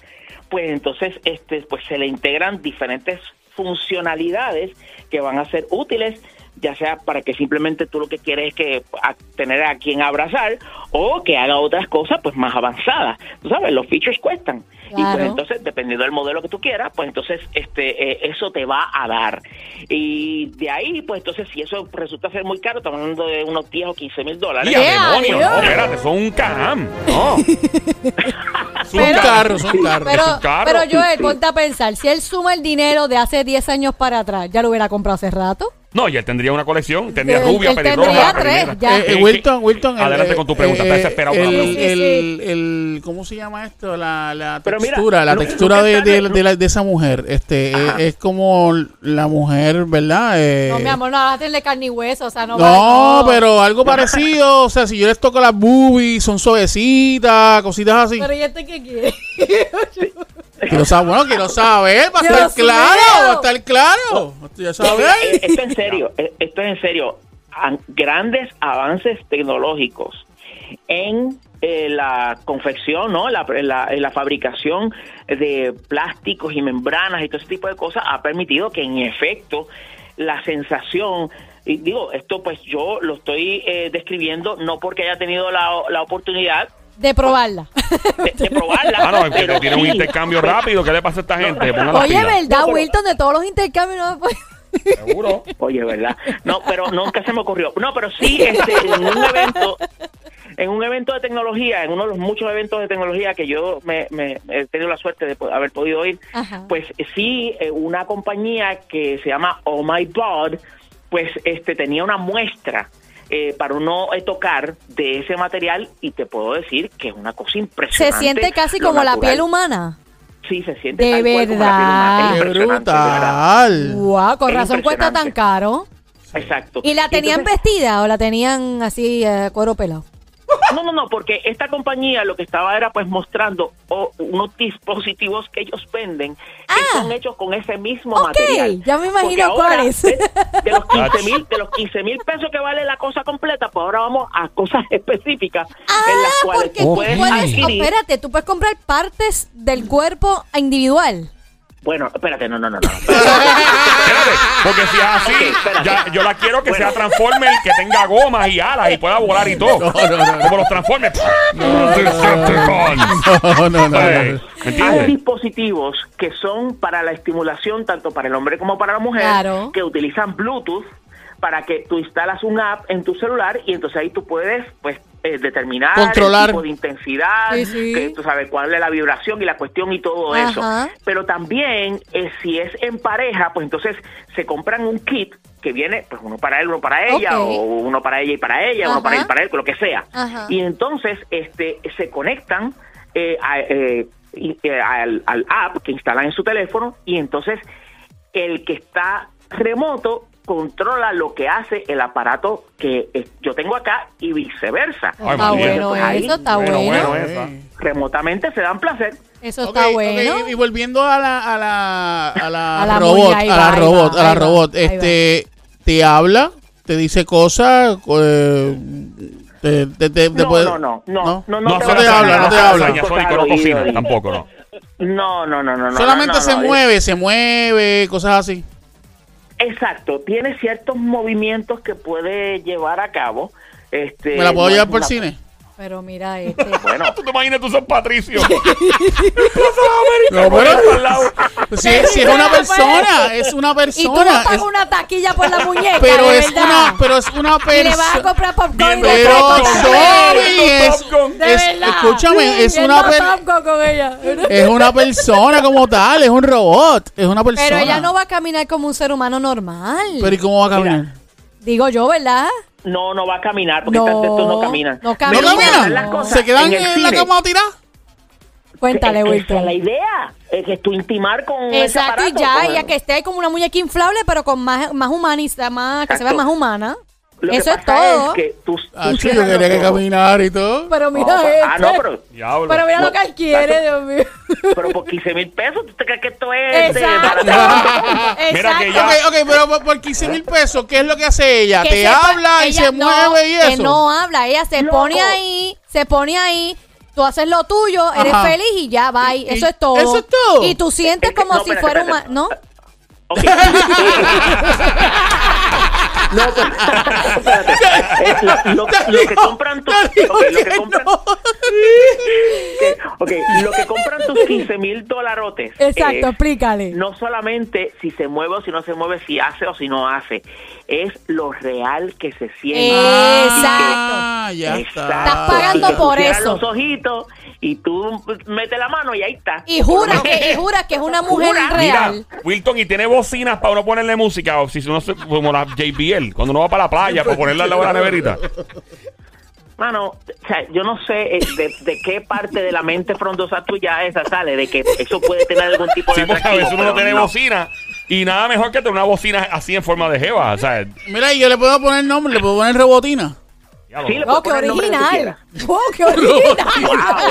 Speaker 4: pues entonces, este, pues se le integran diferentes funcionalidades que van a ser útiles, ya sea para que simplemente tú lo que quieres es que a- tener a quien abrazar o que haga otras cosas, pues, más avanzadas. Tú sabes, los features cuestan. Y
Speaker 2: Claro.
Speaker 4: pues entonces, dependiendo del modelo que tú quieras, pues entonces este eh, eso te va a dar. Y de ahí, pues entonces, si eso resulta ser muy caro, estamos hablando de unos 10 o 15 mil dólares.
Speaker 1: ¡Ya,
Speaker 2: Yeah,
Speaker 1: demonio!
Speaker 2: yeah.
Speaker 1: No, espérate, son un cajam. [LAUGHS] No. Son
Speaker 3: Son
Speaker 2: Pero-
Speaker 3: carros, son carros.
Speaker 2: Pero,
Speaker 1: es un carro.
Speaker 2: pero Joel, ponte a pensar, si él suma el dinero de hace 10 años para atrás, ya lo hubiera comprado hace rato.
Speaker 1: No, y él tendría una colección. Tendría
Speaker 2: Él-
Speaker 1: rubia,
Speaker 2: él
Speaker 1: pelirroja.
Speaker 2: tendría tres,
Speaker 1: primera.
Speaker 2: ya.
Speaker 3: Eh, eh,
Speaker 1: ¿Qué- qué-
Speaker 3: Wilton, Wilton. el-
Speaker 1: Adelante
Speaker 3: eh,
Speaker 1: con tu pregunta.
Speaker 3: eh,
Speaker 1: Está desesperado con la
Speaker 3: el-
Speaker 1: pregunta.
Speaker 3: el-
Speaker 2: Sí,
Speaker 3: el- ¿Cómo se llama esto? La, la
Speaker 4: Pero mira,
Speaker 3: textura, la
Speaker 4: no-
Speaker 3: textura
Speaker 4: nunca
Speaker 3: de,
Speaker 4: está
Speaker 3: de-
Speaker 4: re-
Speaker 3: de la- de esa mujer. Este, eh,
Speaker 4: Ajá.
Speaker 3: es, como la mujer, ¿verdad? Eh,
Speaker 2: No, mi amor, no, ahora tiene carne y hueso, o sea, no
Speaker 3: No,
Speaker 2: vale,
Speaker 3: pero algo parecido. O sea, si yo les toco las boobies, son suavecitas, cositas así.
Speaker 2: Pero ¿y este qué quiere? [LAUGHS]
Speaker 3: Quiero saber, bueno, quiero saber, va a
Speaker 2: Dios
Speaker 3: estar claro,
Speaker 2: mío.
Speaker 3: va a estar claro.
Speaker 2: [LAUGHS]
Speaker 3: Ya
Speaker 4: Eh,
Speaker 3: sabéis.
Speaker 4: Esto en serio, eh, esto es en serio. An- Grandes avances tecnológicos en eh, la confección, ¿no? La, en la, en la fabricación de plásticos y membranas y todo ese tipo de cosas ha permitido que en efecto la sensación, y digo, esto pues yo lo estoy eh, describiendo no porque haya tenido la, la oportunidad
Speaker 2: De probarla.
Speaker 4: de, de probarla.
Speaker 1: Ah, no, es que
Speaker 4: pero
Speaker 1: tiene un
Speaker 4: sí.
Speaker 1: intercambio rápido. ¿Qué le pasa a esta gente? Pongan las
Speaker 2: Oye,
Speaker 1: pilas.
Speaker 2: ¿verdad,
Speaker 4: No, pero-
Speaker 2: Wilton? De todos los intercambios no pues, me puede-
Speaker 1: Seguro.
Speaker 2: [LAUGHS]
Speaker 4: Oye, ¿verdad? No, pero nunca se me ocurrió. No, pero sí, este, en un evento, en un evento de tecnología, en uno de los muchos eventos de tecnología que yo me, me- he tenido la suerte de po- haber podido ir,
Speaker 2: Ajá.
Speaker 4: pues sí, eh, una compañía que se llama Oh My God, pues este tenía una muestra eh, para uno eh, tocar de ese material y te puedo decir que es una cosa
Speaker 2: Se
Speaker 4: impresionante.
Speaker 2: siente casi
Speaker 4: lo
Speaker 2: como la
Speaker 4: natural.
Speaker 2: piel humana.
Speaker 4: Sí, se siente
Speaker 2: De
Speaker 4: tal cual como la piel humana. Es
Speaker 3: ¡Qué
Speaker 4: impresionante, de verdad.
Speaker 3: brutal!
Speaker 2: Wow, con
Speaker 4: Es
Speaker 2: razón cuesta tan
Speaker 4: impresionante.
Speaker 2: caro.
Speaker 4: Exacto.
Speaker 2: ¿Y la tenían
Speaker 4: Entonces,
Speaker 2: vestida o la tenían así eh, cuero pelado?
Speaker 4: No, no, no, porque esta compañía lo que estaba era pues mostrando o- unos dispositivos que ellos venden que
Speaker 2: Ah.
Speaker 4: son hechos con ese mismo
Speaker 2: Ok,
Speaker 4: material.
Speaker 2: ya me imagino
Speaker 4: Porque ahora,
Speaker 2: cuáles.
Speaker 4: De, de los 15 mil, de los 15 mil pesos que vale la cosa completa, pues ahora vamos a cosas [LAUGHS] específicas en las
Speaker 2: Ah,
Speaker 4: cuales
Speaker 2: porque
Speaker 4: tú
Speaker 2: tú
Speaker 4: puedes
Speaker 2: puedes, oh,
Speaker 4: adquirir.
Speaker 2: espérate, tú puedes comprar partes del cuerpo individual.
Speaker 4: Bueno, espérate, no, no, no, no.
Speaker 1: Espérate, porque si es así,
Speaker 4: Ok,
Speaker 3: Ah,
Speaker 4: espérate.
Speaker 1: ya- yo la quiero que
Speaker 4: Bueno.
Speaker 1: sea Transformer, que tenga gomas y alas y pueda volar y todo.
Speaker 3: No, no, no, no.
Speaker 1: Como los Transformers. Decepticons.
Speaker 3: [LAUGHS] No, no, no,
Speaker 1: Ey,
Speaker 3: no, no.
Speaker 1: ¿Me
Speaker 4: Hay
Speaker 1: entiendes?
Speaker 4: dispositivos que son para la estimulación tanto para el hombre como para la mujer
Speaker 2: Claro.
Speaker 4: que utilizan Bluetooth para que tú instalas un app en tu celular y entonces ahí tú puedes pues eh, determinar
Speaker 3: Controlar.
Speaker 4: el tipo de intensidad,
Speaker 2: Sí, sí.
Speaker 4: que tú sabes cuál es la vibración y la cuestión y todo
Speaker 2: Ajá.
Speaker 4: eso. Pero también eh, si es en pareja, pues entonces se compran un kit que viene pues uno para él, uno para ella
Speaker 2: Ok.
Speaker 4: o uno para ella y para ella, uno para
Speaker 2: Ajá.
Speaker 4: él, para él, lo que sea.
Speaker 2: Ajá.
Speaker 4: Y entonces este se conectan eh, a- eh, y- eh, al, al app que instalan en su teléfono y entonces el que está remoto controla lo que hace el aparato que eh, yo tengo acá y viceversa.
Speaker 1: Ay,
Speaker 2: está
Speaker 1: María.
Speaker 2: bueno
Speaker 4: Pues ahí,
Speaker 2: eso, está bueno.
Speaker 1: bueno,
Speaker 3: Ey.
Speaker 1: esa.
Speaker 4: Remotamente se dan placer.
Speaker 2: Eso
Speaker 3: Ok,
Speaker 2: está
Speaker 3: ok,
Speaker 2: bueno.
Speaker 3: y- Y volviendo a la, a la, a la,
Speaker 2: A la
Speaker 3: robot,
Speaker 2: muñe, ahí
Speaker 3: a
Speaker 2: va,
Speaker 3: la
Speaker 2: ahí
Speaker 3: robot,
Speaker 2: va,
Speaker 3: a la
Speaker 2: ahí va,
Speaker 3: robot,
Speaker 2: ahí va.
Speaker 3: este, te habla, te dice cosas, eh, te, te, te- te
Speaker 4: No,
Speaker 3: puede-
Speaker 4: no, no, no, no,
Speaker 1: No,
Speaker 3: te,
Speaker 1: hace
Speaker 4: voy a
Speaker 3: habla, no te
Speaker 4: hacer
Speaker 3: habla.
Speaker 4: nada.
Speaker 1: Doña Sónico no cocina, tampoco, [LAUGHS] no.
Speaker 4: No, no, no, no. no,
Speaker 3: Solamente
Speaker 4: no, no,
Speaker 3: se
Speaker 4: no.
Speaker 3: mueve, se mueve, cosas así.
Speaker 4: Exacto, tiene ciertos movimientos que puede llevar a cabo. Este,
Speaker 3: ¿Me la puedo
Speaker 4: no
Speaker 3: llevar
Speaker 4: es
Speaker 3: por el
Speaker 4: una-
Speaker 3: cine?
Speaker 2: Pero mira
Speaker 3: [LAUGHS]
Speaker 2: este.
Speaker 4: Bueno,
Speaker 1: Ah, ¿Tú te imaginas tú sos Patricio? Plaza de América,
Speaker 3: No, pero-
Speaker 1: por al lado.
Speaker 3: Si, es- si es una
Speaker 2: Pero, pues,
Speaker 3: persona, es una
Speaker 2: Y tú no
Speaker 3: persona.
Speaker 2: pagas
Speaker 3: es-
Speaker 2: una taquilla por la
Speaker 3: [LAUGHS]
Speaker 2: muñeca,
Speaker 3: pero
Speaker 2: de
Speaker 3: es
Speaker 2: verdad.
Speaker 3: una, pero es
Speaker 2: Y
Speaker 3: una
Speaker 2: le vas a
Speaker 3: persona.
Speaker 2: comprar popcorn y
Speaker 1: Viendo
Speaker 2: le
Speaker 3: Pero
Speaker 2: vas a
Speaker 1: Popcorn.
Speaker 2: comprar-
Speaker 3: Tommy, es,
Speaker 1: Popcorn.
Speaker 2: De
Speaker 3: es-
Speaker 2: verdad. [LAUGHS]
Speaker 3: escúchame, es
Speaker 2: Viendo
Speaker 3: una persona.
Speaker 2: popcorn con ella.
Speaker 3: Es una persona como tal, es un robot, es una persona.
Speaker 2: [LAUGHS] Pero ella no va a caminar como un ser humano normal.
Speaker 3: Pero ¿y cómo va a caminar?
Speaker 2: Digo yo, ¿verdad?
Speaker 4: no, no va a caminar porque
Speaker 2: No,
Speaker 4: estas de estos no caminan.
Speaker 2: no
Speaker 3: ¿No
Speaker 2: caminan.
Speaker 4: Pero vamos a hacer
Speaker 3: caminan?
Speaker 4: las cosas
Speaker 3: ¿Se quedan en,
Speaker 4: el
Speaker 3: la
Speaker 4: cine.
Speaker 3: cama a tirar?
Speaker 2: Cuéntale,
Speaker 4: Esa
Speaker 2: Wilton.
Speaker 4: es la idea, es que tú intimar con ese
Speaker 2: Exacto, y
Speaker 4: aparato,
Speaker 2: ya,
Speaker 4: con-
Speaker 2: ella que esté como una muñeca inflable, pero con más, más humanista, más, que se vea
Speaker 4: Exacto.
Speaker 2: más humana.
Speaker 4: Lo que
Speaker 2: Eso es
Speaker 4: pasa
Speaker 2: todo.
Speaker 4: que tú- tú
Speaker 3: Ah, chico, yo
Speaker 4: cierras
Speaker 3: quería que
Speaker 4: los ojos.
Speaker 3: caminara y todo.
Speaker 2: Pero
Speaker 4: No,
Speaker 2: mira
Speaker 4: pero- ah,
Speaker 2: este.
Speaker 4: no, pero,
Speaker 1: Diablo.
Speaker 2: Pero mira
Speaker 4: No,
Speaker 2: lo que él quiere, Dios mío.
Speaker 4: pero por 15 mil pesos, ¿tú te crees que esto es
Speaker 2: [LAUGHS]
Speaker 4: de
Speaker 2: Exacto.
Speaker 4: barato?
Speaker 2: [LAUGHS]
Speaker 1: Mira que ya-
Speaker 2: Exacto.
Speaker 3: Ok, ok, pero por, por 15 mil pesos, ¿qué es lo que hace ella?
Speaker 2: Que
Speaker 3: Te
Speaker 2: sepa-
Speaker 3: habla y
Speaker 2: ella
Speaker 3: se
Speaker 2: no,
Speaker 3: mueve y
Speaker 2: Que
Speaker 3: eso.
Speaker 2: no habla, ella se
Speaker 4: Loco.
Speaker 2: pone ahí, se pone ahí. Tú haces lo tuyo, eres
Speaker 3: Ajá.
Speaker 2: feliz y ya, bye.
Speaker 3: Y-
Speaker 2: eso
Speaker 3: y-
Speaker 2: es todo.
Speaker 3: eso es todo.
Speaker 2: Y tú sientes
Speaker 4: Es que-
Speaker 2: como
Speaker 4: no,
Speaker 2: si
Speaker 4: espérate,
Speaker 2: fuera
Speaker 4: espérate.
Speaker 2: humano.
Speaker 4: Ok.
Speaker 2: [LAUGHS]
Speaker 4: No, pero- espérate. Eh,
Speaker 3: [LAUGHS]
Speaker 4: lo- lo, lo que compran tus...
Speaker 3: Dijo
Speaker 4: ok, lo que
Speaker 3: que
Speaker 4: compran...
Speaker 2: [LAUGHS]
Speaker 3: no.
Speaker 4: ok, lo que compran tus 15 mil dolarotes.
Speaker 2: ¿no? Exacto,
Speaker 4: es-
Speaker 2: explícale.
Speaker 4: Eh, no solamente si se mueve o si no se mueve, si hace o si no hace, es lo real que se siente.
Speaker 2: Exacto.
Speaker 3: Ah, ya
Speaker 4: Exacto.
Speaker 3: está.
Speaker 2: Estás pagando
Speaker 4: Y tú
Speaker 2: por
Speaker 4: cierras
Speaker 2: eso.
Speaker 4: los ojitos y tú metes la mano y ahí está.
Speaker 2: Y jura que, y jura que es
Speaker 4: [LAUGHS]
Speaker 2: una mujer
Speaker 4: Jura.
Speaker 2: real.
Speaker 1: Mira, Wilton, y tiene bocinas para uno ponerle música, o si uno se- como la JBL, cuando uno va para la playa, para ponerle al lado de la [LAUGHS] neverita.
Speaker 4: Mano, o sea, yo no sé eh, de, de qué parte de la mente frondosa tuya esa sale, de que eso puede tener algún tipo de
Speaker 1: Sí, porque a veces uno
Speaker 4: pero
Speaker 1: no tiene
Speaker 4: no.
Speaker 1: bocina, y nada mejor que tener una bocina así en forma de jeva, o sea,
Speaker 3: Mira, y yo le puedo poner nombre, le puedo poner rebotina.
Speaker 1: diablo.
Speaker 4: Sí, le puedes
Speaker 2: Oh, qué
Speaker 4: poner el nombre que tú
Speaker 2: original.
Speaker 4: quieras.
Speaker 2: Oh, qué original. [LAUGHS]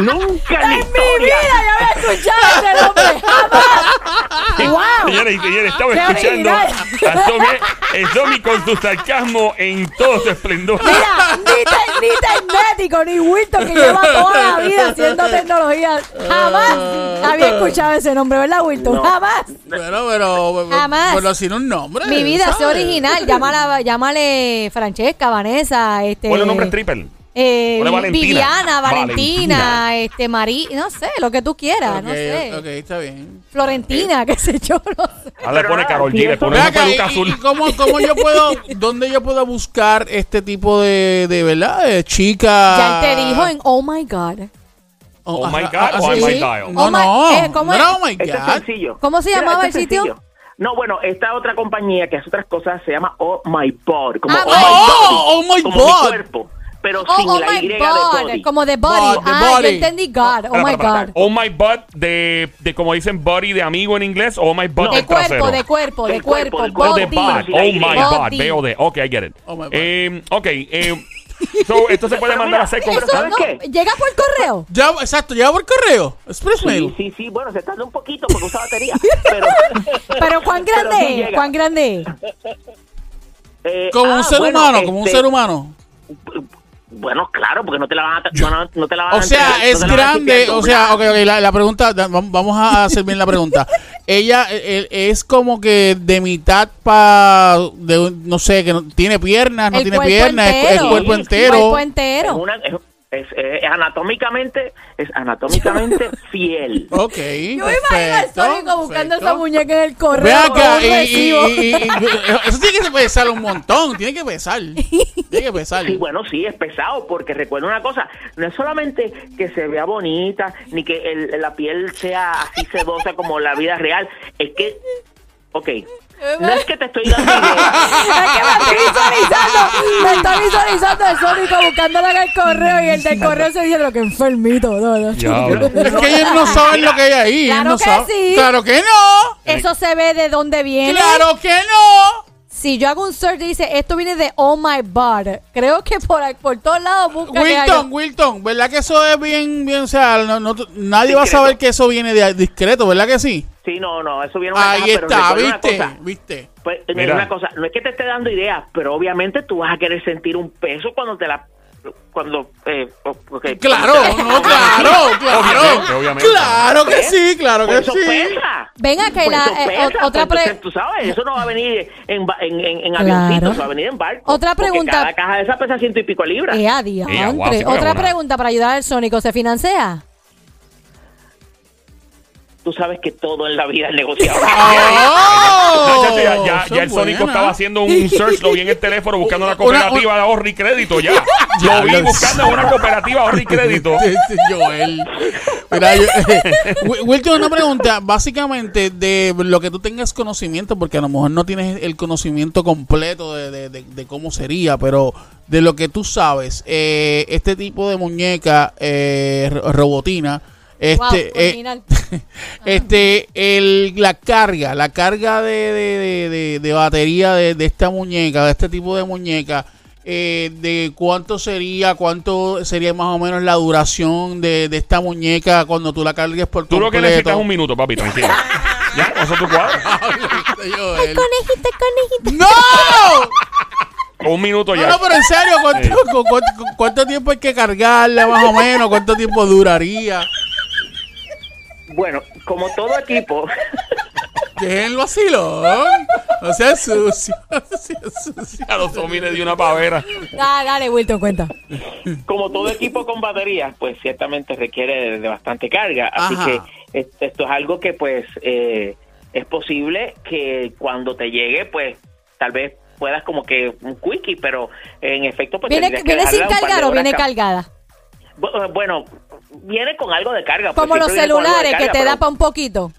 Speaker 4: Wow. Nunca en la
Speaker 2: En mi
Speaker 4: historia.
Speaker 2: vida yo había escuchado a ese nombre. Ah, Jamás. Wow. Ah,
Speaker 1: Señores, y señores, estamos
Speaker 2: Qué
Speaker 1: escuchando
Speaker 2: original.
Speaker 1: a Tommy- a Tommy con su sarcasmo en todo su esplendor.
Speaker 2: Mira, ni, te, ni Tecnético, ni Wilton, que lleva toda la vida haciendo tecnología. Jamás había escuchado ese nombre, ¿verdad, Wilton?
Speaker 4: No.
Speaker 2: Jamás.
Speaker 3: Pero, pero,
Speaker 2: Jamás.
Speaker 3: pero sin un nombre.
Speaker 2: Mi vida,
Speaker 3: ¿sabes?
Speaker 2: sé original. Llámala, llámale Francesca, Vanessa, este...
Speaker 1: Ponle un nombre triple.
Speaker 2: eh,
Speaker 1: Ponle Valentina.
Speaker 2: Viviana, Valentina,
Speaker 1: Valentina.
Speaker 2: este, Marí, no sé, lo que tú quieras, Ah, no sé.
Speaker 3: ok, está bien.
Speaker 2: Florentina, qué sé yo, no sé.
Speaker 1: Ahora le
Speaker 4: Pero
Speaker 1: pone
Speaker 4: nada,
Speaker 1: Carol
Speaker 4: si
Speaker 1: G, le
Speaker 4: eso-
Speaker 1: pone
Speaker 3: Ven
Speaker 1: una
Speaker 3: acá,
Speaker 1: peluca
Speaker 3: y- y-
Speaker 1: azul.
Speaker 3: y
Speaker 1: [LAUGHS]
Speaker 3: cómo, cómo yo puedo, dónde yo puedo buscar este tipo de, de verdad, de chica?
Speaker 1: Ah.
Speaker 2: Ya él te dijo en Oh My God.
Speaker 1: Oh my God,
Speaker 3: ah,
Speaker 1: oh
Speaker 3: sí.
Speaker 1: my God.
Speaker 3: No,
Speaker 2: Oh my-
Speaker 3: no,
Speaker 2: eh, ¿cómo
Speaker 3: no era
Speaker 2: es?
Speaker 3: oh my
Speaker 4: Esto es
Speaker 3: God.
Speaker 4: sencillo.
Speaker 2: ¿Cómo se
Speaker 4: Mira,
Speaker 2: llamaba
Speaker 4: esto
Speaker 2: el
Speaker 4: es
Speaker 2: sitio?
Speaker 4: sencillo. No, bueno, esta otra compañía que hace otras cosas se llama Oh My Body. Como
Speaker 2: Ah,
Speaker 4: oh,
Speaker 3: oh,
Speaker 4: my
Speaker 3: oh
Speaker 4: body,
Speaker 3: my
Speaker 4: [LAUGHS] como mi
Speaker 3: God.
Speaker 4: cuerpo, pero
Speaker 2: Oh,
Speaker 4: sin
Speaker 2: oh
Speaker 4: la Y
Speaker 2: my
Speaker 4: de
Speaker 2: God,
Speaker 4: body.
Speaker 2: como de body.
Speaker 3: God, the
Speaker 2: ah,
Speaker 3: body.
Speaker 2: yo entendí God, oh
Speaker 1: Espera,
Speaker 2: my
Speaker 1: espera,
Speaker 2: God.
Speaker 1: espera. Oh my butt de, de como dicen buddy de amigo en inglés, oh my butt
Speaker 4: No.
Speaker 1: del
Speaker 2: De
Speaker 1: trasero.
Speaker 2: cuerpo, de cuerpo, de
Speaker 4: Del cuerpo,
Speaker 2: cuerpo,
Speaker 4: del
Speaker 1: Oh,
Speaker 4: cuerpo.
Speaker 1: de
Speaker 2: body.
Speaker 1: butt. Oh my
Speaker 2: Body.
Speaker 1: butt. Veo de. Ok, I get it.
Speaker 3: Oh my butt.
Speaker 1: Eh, ok. eh, so, esto se puede
Speaker 4: Pero
Speaker 1: mandar a
Speaker 4: mira,
Speaker 1: hacer con.
Speaker 2: Eso
Speaker 4: ¿Sabes
Speaker 2: no,
Speaker 4: qué?
Speaker 2: llega por correo.
Speaker 3: Ya, exacto, ya por correo. Express
Speaker 4: Sí,
Speaker 3: mail.
Speaker 4: sí, sí, bueno, se tarda un poquito porque usa batería, pero...
Speaker 2: [LAUGHS]
Speaker 4: [LAUGHS]
Speaker 2: Pero cuán
Speaker 4: pero
Speaker 2: grande
Speaker 4: sí
Speaker 2: es,
Speaker 4: llega.
Speaker 2: cuán grande es.
Speaker 4: Eh,
Speaker 3: Como
Speaker 4: ah,
Speaker 3: un ser
Speaker 4: bueno,
Speaker 3: humano, como un
Speaker 4: este,
Speaker 3: ser humano.
Speaker 4: Bueno, claro, porque no te la van a... tra- no, no te la van
Speaker 3: O
Speaker 4: a
Speaker 3: sea,
Speaker 4: entregar, no
Speaker 3: es
Speaker 4: te la van a
Speaker 3: grande.
Speaker 4: chipear
Speaker 3: O sea, ok,
Speaker 4: doblada.
Speaker 3: ok, la, la pregunta, da- vam- vamos a hacer bien la pregunta. Ella eh, eh, es como que de mitad para, no sé, que no, tiene piernas, no
Speaker 2: El
Speaker 3: tiene
Speaker 2: cuerpo
Speaker 3: piernas, es, es
Speaker 2: entero.
Speaker 3: cuerpo
Speaker 4: Sí,
Speaker 3: entero.
Speaker 2: Cuerpo
Speaker 4: Es,
Speaker 2: entero.
Speaker 4: una- es, es, eh, anatómicamente, es
Speaker 3: [LAUGHS]
Speaker 4: anatómicamente fiel.
Speaker 2: [LAUGHS]
Speaker 3: Ok.
Speaker 2: Yo me imagino al
Speaker 3: perfecto,
Speaker 2: Sónico buscando
Speaker 3: perfecto.
Speaker 2: esa muñeca en el correo.
Speaker 3: Ve
Speaker 2: con
Speaker 3: acá,
Speaker 2: un
Speaker 3: y- y-
Speaker 2: recibo.
Speaker 3: y- y- y- eso tiene que pesar un montón, tiene que pesar. Tiene que pesar.
Speaker 4: Sí, bueno, sí, es pesado, porque recuerda una cosa, no es solamente que se vea bonita, ni que el- la piel sea así sedosa como la vida real, es que, ok, no es que te estoy
Speaker 2: [LAUGHS] [LAUGHS] Es
Speaker 4: dando ideas.
Speaker 2: que me estoy visualizando, me estoy visualizando el Sónico buscándola en el correo y el del correo se dice lo que enfermito. No, no, [LAUGHS]
Speaker 1: Diablo.
Speaker 3: Es que ellos no saben lo que hay ahí. ellos
Speaker 2: Claro
Speaker 3: no
Speaker 2: que
Speaker 3: saben.
Speaker 2: sí.
Speaker 3: Claro que no.
Speaker 2: Eso se ve de dónde viene.
Speaker 3: Claro que no.
Speaker 2: Si yo hago un search y dice esto viene de Oh My God, creo que por, ahí- por todos lados busca que haya-
Speaker 3: Wilton, Wilton, ¿verdad que eso es bien, bien, o sea, no- no- nadie va a
Speaker 4: Discreto.
Speaker 3: saber que eso viene de discreto, ¿verdad que sí?
Speaker 4: Sí, no, no, eso viene una caja,
Speaker 3: Ahí está,
Speaker 4: pero recuerda una
Speaker 3: viste,
Speaker 4: cosa,
Speaker 3: viste.
Speaker 4: Pues,
Speaker 1: Mira.
Speaker 4: mira. una cosa, no es que te esté dando ideas, pero obviamente tú vas a querer sentir un peso cuando te la... Cuando... eh, ok,
Speaker 3: Claro, no,
Speaker 4: cuando te-
Speaker 3: claro,
Speaker 1: Obviamente,
Speaker 3: claro.
Speaker 1: obviamente. ¿Eh?
Speaker 3: Claro que
Speaker 4: ¿Ves?
Speaker 3: sí, claro
Speaker 4: Por
Speaker 3: que
Speaker 4: eso
Speaker 3: sí.
Speaker 4: pesa.
Speaker 2: Ven acá, y
Speaker 4: Por
Speaker 2: la-
Speaker 4: eso
Speaker 2: eh,
Speaker 4: pesa,
Speaker 2: o- otra
Speaker 4: pues, entonces,
Speaker 2: pre-
Speaker 4: Tú sabes, eso no va a venir en, ba- en, en, en
Speaker 2: Claro.
Speaker 4: avioncito, eso va a venir en barco.
Speaker 2: Otra
Speaker 4: porque
Speaker 2: pregunta.
Speaker 4: Cada caja de esa pesa ciento y pico libras.
Speaker 2: Eh, a diantre.
Speaker 1: Ea, guau, sí,
Speaker 2: Otra
Speaker 1: cabrona.
Speaker 2: pregunta para ayudar al Sónico, ¿se financia?
Speaker 4: Tú sabes que todo en la vida
Speaker 2: [LAUGHS]
Speaker 4: es negociable.
Speaker 1: No,
Speaker 3: Oh,
Speaker 1: chacho, ya, ya,
Speaker 3: eso
Speaker 1: ya el
Speaker 3: es
Speaker 1: Sónico
Speaker 3: buena.
Speaker 1: estaba haciendo un search, lo vi en el teléfono buscando
Speaker 3: [LAUGHS]
Speaker 1: una cooperativa de ahorro y crédito ya. Lo vi
Speaker 3: Ya lo
Speaker 1: buscando
Speaker 3: sé.
Speaker 1: una cooperativa de ahorro y
Speaker 3: [LAUGHS]
Speaker 1: crédito.
Speaker 3: Este Joel. Mira, yo- [LAUGHS] Wil- Wilton, una pregunta. Básicamente, de lo que tú tengas conocimiento, porque a lo mejor no tienes el conocimiento completo de, de- de- de cómo sería, pero de lo que tú sabes, eh, este tipo de muñeca eh, ro- robotina,
Speaker 2: Guau,
Speaker 3: este, eh, [LAUGHS]
Speaker 2: original.
Speaker 3: este, el, la carga, la carga de, de, de- de- de batería de, de esta muñeca, de este tipo de muñeca, eh, de cuánto sería, cuánto sería más o menos la duración de, de esta muñeca cuando tú la cargues por
Speaker 1: Tú lo que necesitas
Speaker 3: completo.
Speaker 1: es
Speaker 3: [LAUGHS]
Speaker 1: un minuto, papi, tranquilo. Ya, eso es tu cuadro.
Speaker 3: Joel.
Speaker 2: Conejita,
Speaker 1: [LAUGHS]
Speaker 2: conejita.
Speaker 3: ¡No!
Speaker 1: Un minuto
Speaker 3: [LAUGHS] No,
Speaker 1: ya.
Speaker 3: no, pero en serio, ¿cuánto, cu- cuánto- cuánto tiempo hay que cargarla más o menos? ¿Cuánto tiempo duraría?
Speaker 4: bueno, como todo equipo, [LAUGHS]
Speaker 3: Déjenlo así, ¿no? No sea sucio, [LAUGHS] no sea sucio.
Speaker 1: A los hombres le dio una pavera.
Speaker 2: Ah, dale, Wilton, cuenta.
Speaker 4: como todo equipo con baterías, pues ciertamente requiere de, de bastante carga. Así
Speaker 3: Ajá.
Speaker 4: que es- esto es algo que pues eh, es posible que cuando te llegue, pues tal vez puedas como que un quickie, pero en efecto pues
Speaker 2: ¿Viene,
Speaker 4: tendrías que
Speaker 2: viene sin
Speaker 4: dejarla un par de
Speaker 2: cargar o
Speaker 4: horas
Speaker 2: viene
Speaker 4: cam-
Speaker 2: cargada?
Speaker 4: Bu- eh, Bueno, viene con algo de carga. pues,
Speaker 2: Como los
Speaker 4: siempre viene con algo de
Speaker 2: celulares que
Speaker 4: carga,
Speaker 2: te da
Speaker 4: pero,
Speaker 2: para un poquito.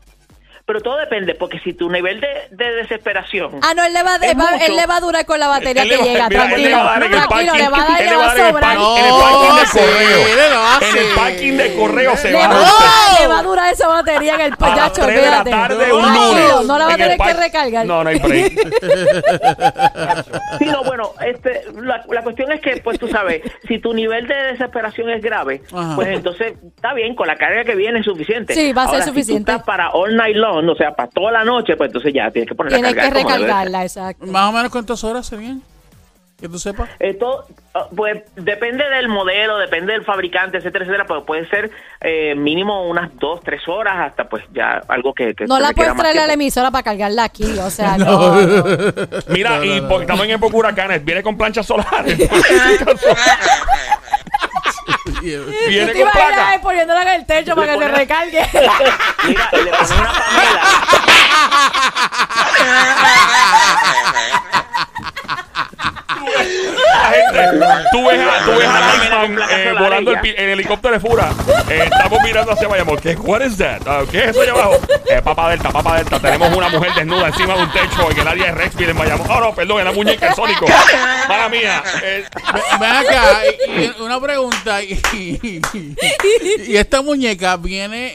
Speaker 4: pero todo depende, porque si tu nivel de, de desesperación...
Speaker 2: Ah, no, él le va,
Speaker 4: Es
Speaker 2: va-
Speaker 4: mucho.
Speaker 2: él le va a durar con la batería
Speaker 1: Él
Speaker 2: que
Speaker 1: le va-
Speaker 2: llega,
Speaker 1: mira, él
Speaker 2: tranquilo.
Speaker 1: le va a dar en el
Speaker 2: tranquilo, le va a
Speaker 1: parking,
Speaker 2: dar y
Speaker 1: él
Speaker 2: le
Speaker 1: le va
Speaker 2: va
Speaker 1: a
Speaker 2: a
Speaker 1: dar en el
Speaker 2: sobrar.
Speaker 1: parking. En el parking del [LAUGHS]
Speaker 3: sí,
Speaker 1: correo.
Speaker 3: lo hace.
Speaker 1: En el parking del correo se
Speaker 3: Le
Speaker 2: Le
Speaker 1: va.
Speaker 2: va, a
Speaker 3: ¡No!
Speaker 2: durar, le va a durar esa batería en el
Speaker 1: A las
Speaker 2: payacho,
Speaker 1: 3 de la
Speaker 2: olvídate.
Speaker 1: tarde, un
Speaker 2: Tranquilo,
Speaker 1: lunes.
Speaker 2: No la va a
Speaker 1: en el
Speaker 2: tener que
Speaker 1: parque.
Speaker 2: recargar.
Speaker 1: No, no
Speaker 2: [LAUGHS]
Speaker 1: hay break.
Speaker 2: Ah.
Speaker 4: Sí, no, bueno, este, la, la cuestión es que, pues tú sabes, si tu nivel de desesperación es grave,
Speaker 3: Ajá.
Speaker 4: pues entonces está bien, con la carga que viene es suficiente.
Speaker 2: Sí, va a ser
Speaker 4: Ahora, si tú
Speaker 2: suficiente.
Speaker 4: estás para all night long, o sea, para toda la noche, pues entonces ya tienes que [LAUGHS] poner
Speaker 2: Tienes
Speaker 4: la
Speaker 2: que
Speaker 4: carga. como debe ser.
Speaker 2: recargarla, exacto.
Speaker 3: Más o menos cuántas horas serían. Que tú sepas.
Speaker 4: Esto, ah, pues depende del modelo, depende del fabricante, etcétera, etcétera, pero puede ser eh, mínimo unas dos, tres horas, hasta pues ya algo que... que
Speaker 2: No
Speaker 4: te
Speaker 2: la
Speaker 4: requiera
Speaker 2: puedes
Speaker 4: más
Speaker 2: traer a la
Speaker 4: tiempo.
Speaker 2: emisora para cargarla aquí, o sea, [LAUGHS] no. no. [LAUGHS]
Speaker 1: Mira, y porque estamos en época huracanes, viene con planchas solares.
Speaker 2: Yo
Speaker 1: Viene
Speaker 2: te
Speaker 1: con
Speaker 2: imaginas
Speaker 1: placa.
Speaker 2: ahí poniéndola en el techo para que se recargue.
Speaker 4: Mira, le pones una panela.
Speaker 1: La gente, tú ves a, tú ves a Iceman
Speaker 4: Placa
Speaker 1: eh,
Speaker 4: solar,
Speaker 1: volando el,
Speaker 4: ella.
Speaker 1: pi- el helicóptero de Fura. Eh, estamos mirando hacia Bayamón. ¿Qué what is that? Ah, ¿Qué es eso allá abajo? Eh, Papa Delta, Papa Delta. Tenemos una mujer desnuda encima de un techo en el área de Rexfield en Bayamón. Oh, no, perdón, en la muñeca el Sónico. Mala mía. Eh,
Speaker 3: Ve- Ven acá, y- y una pregunta. ¿Y, y esta muñeca viene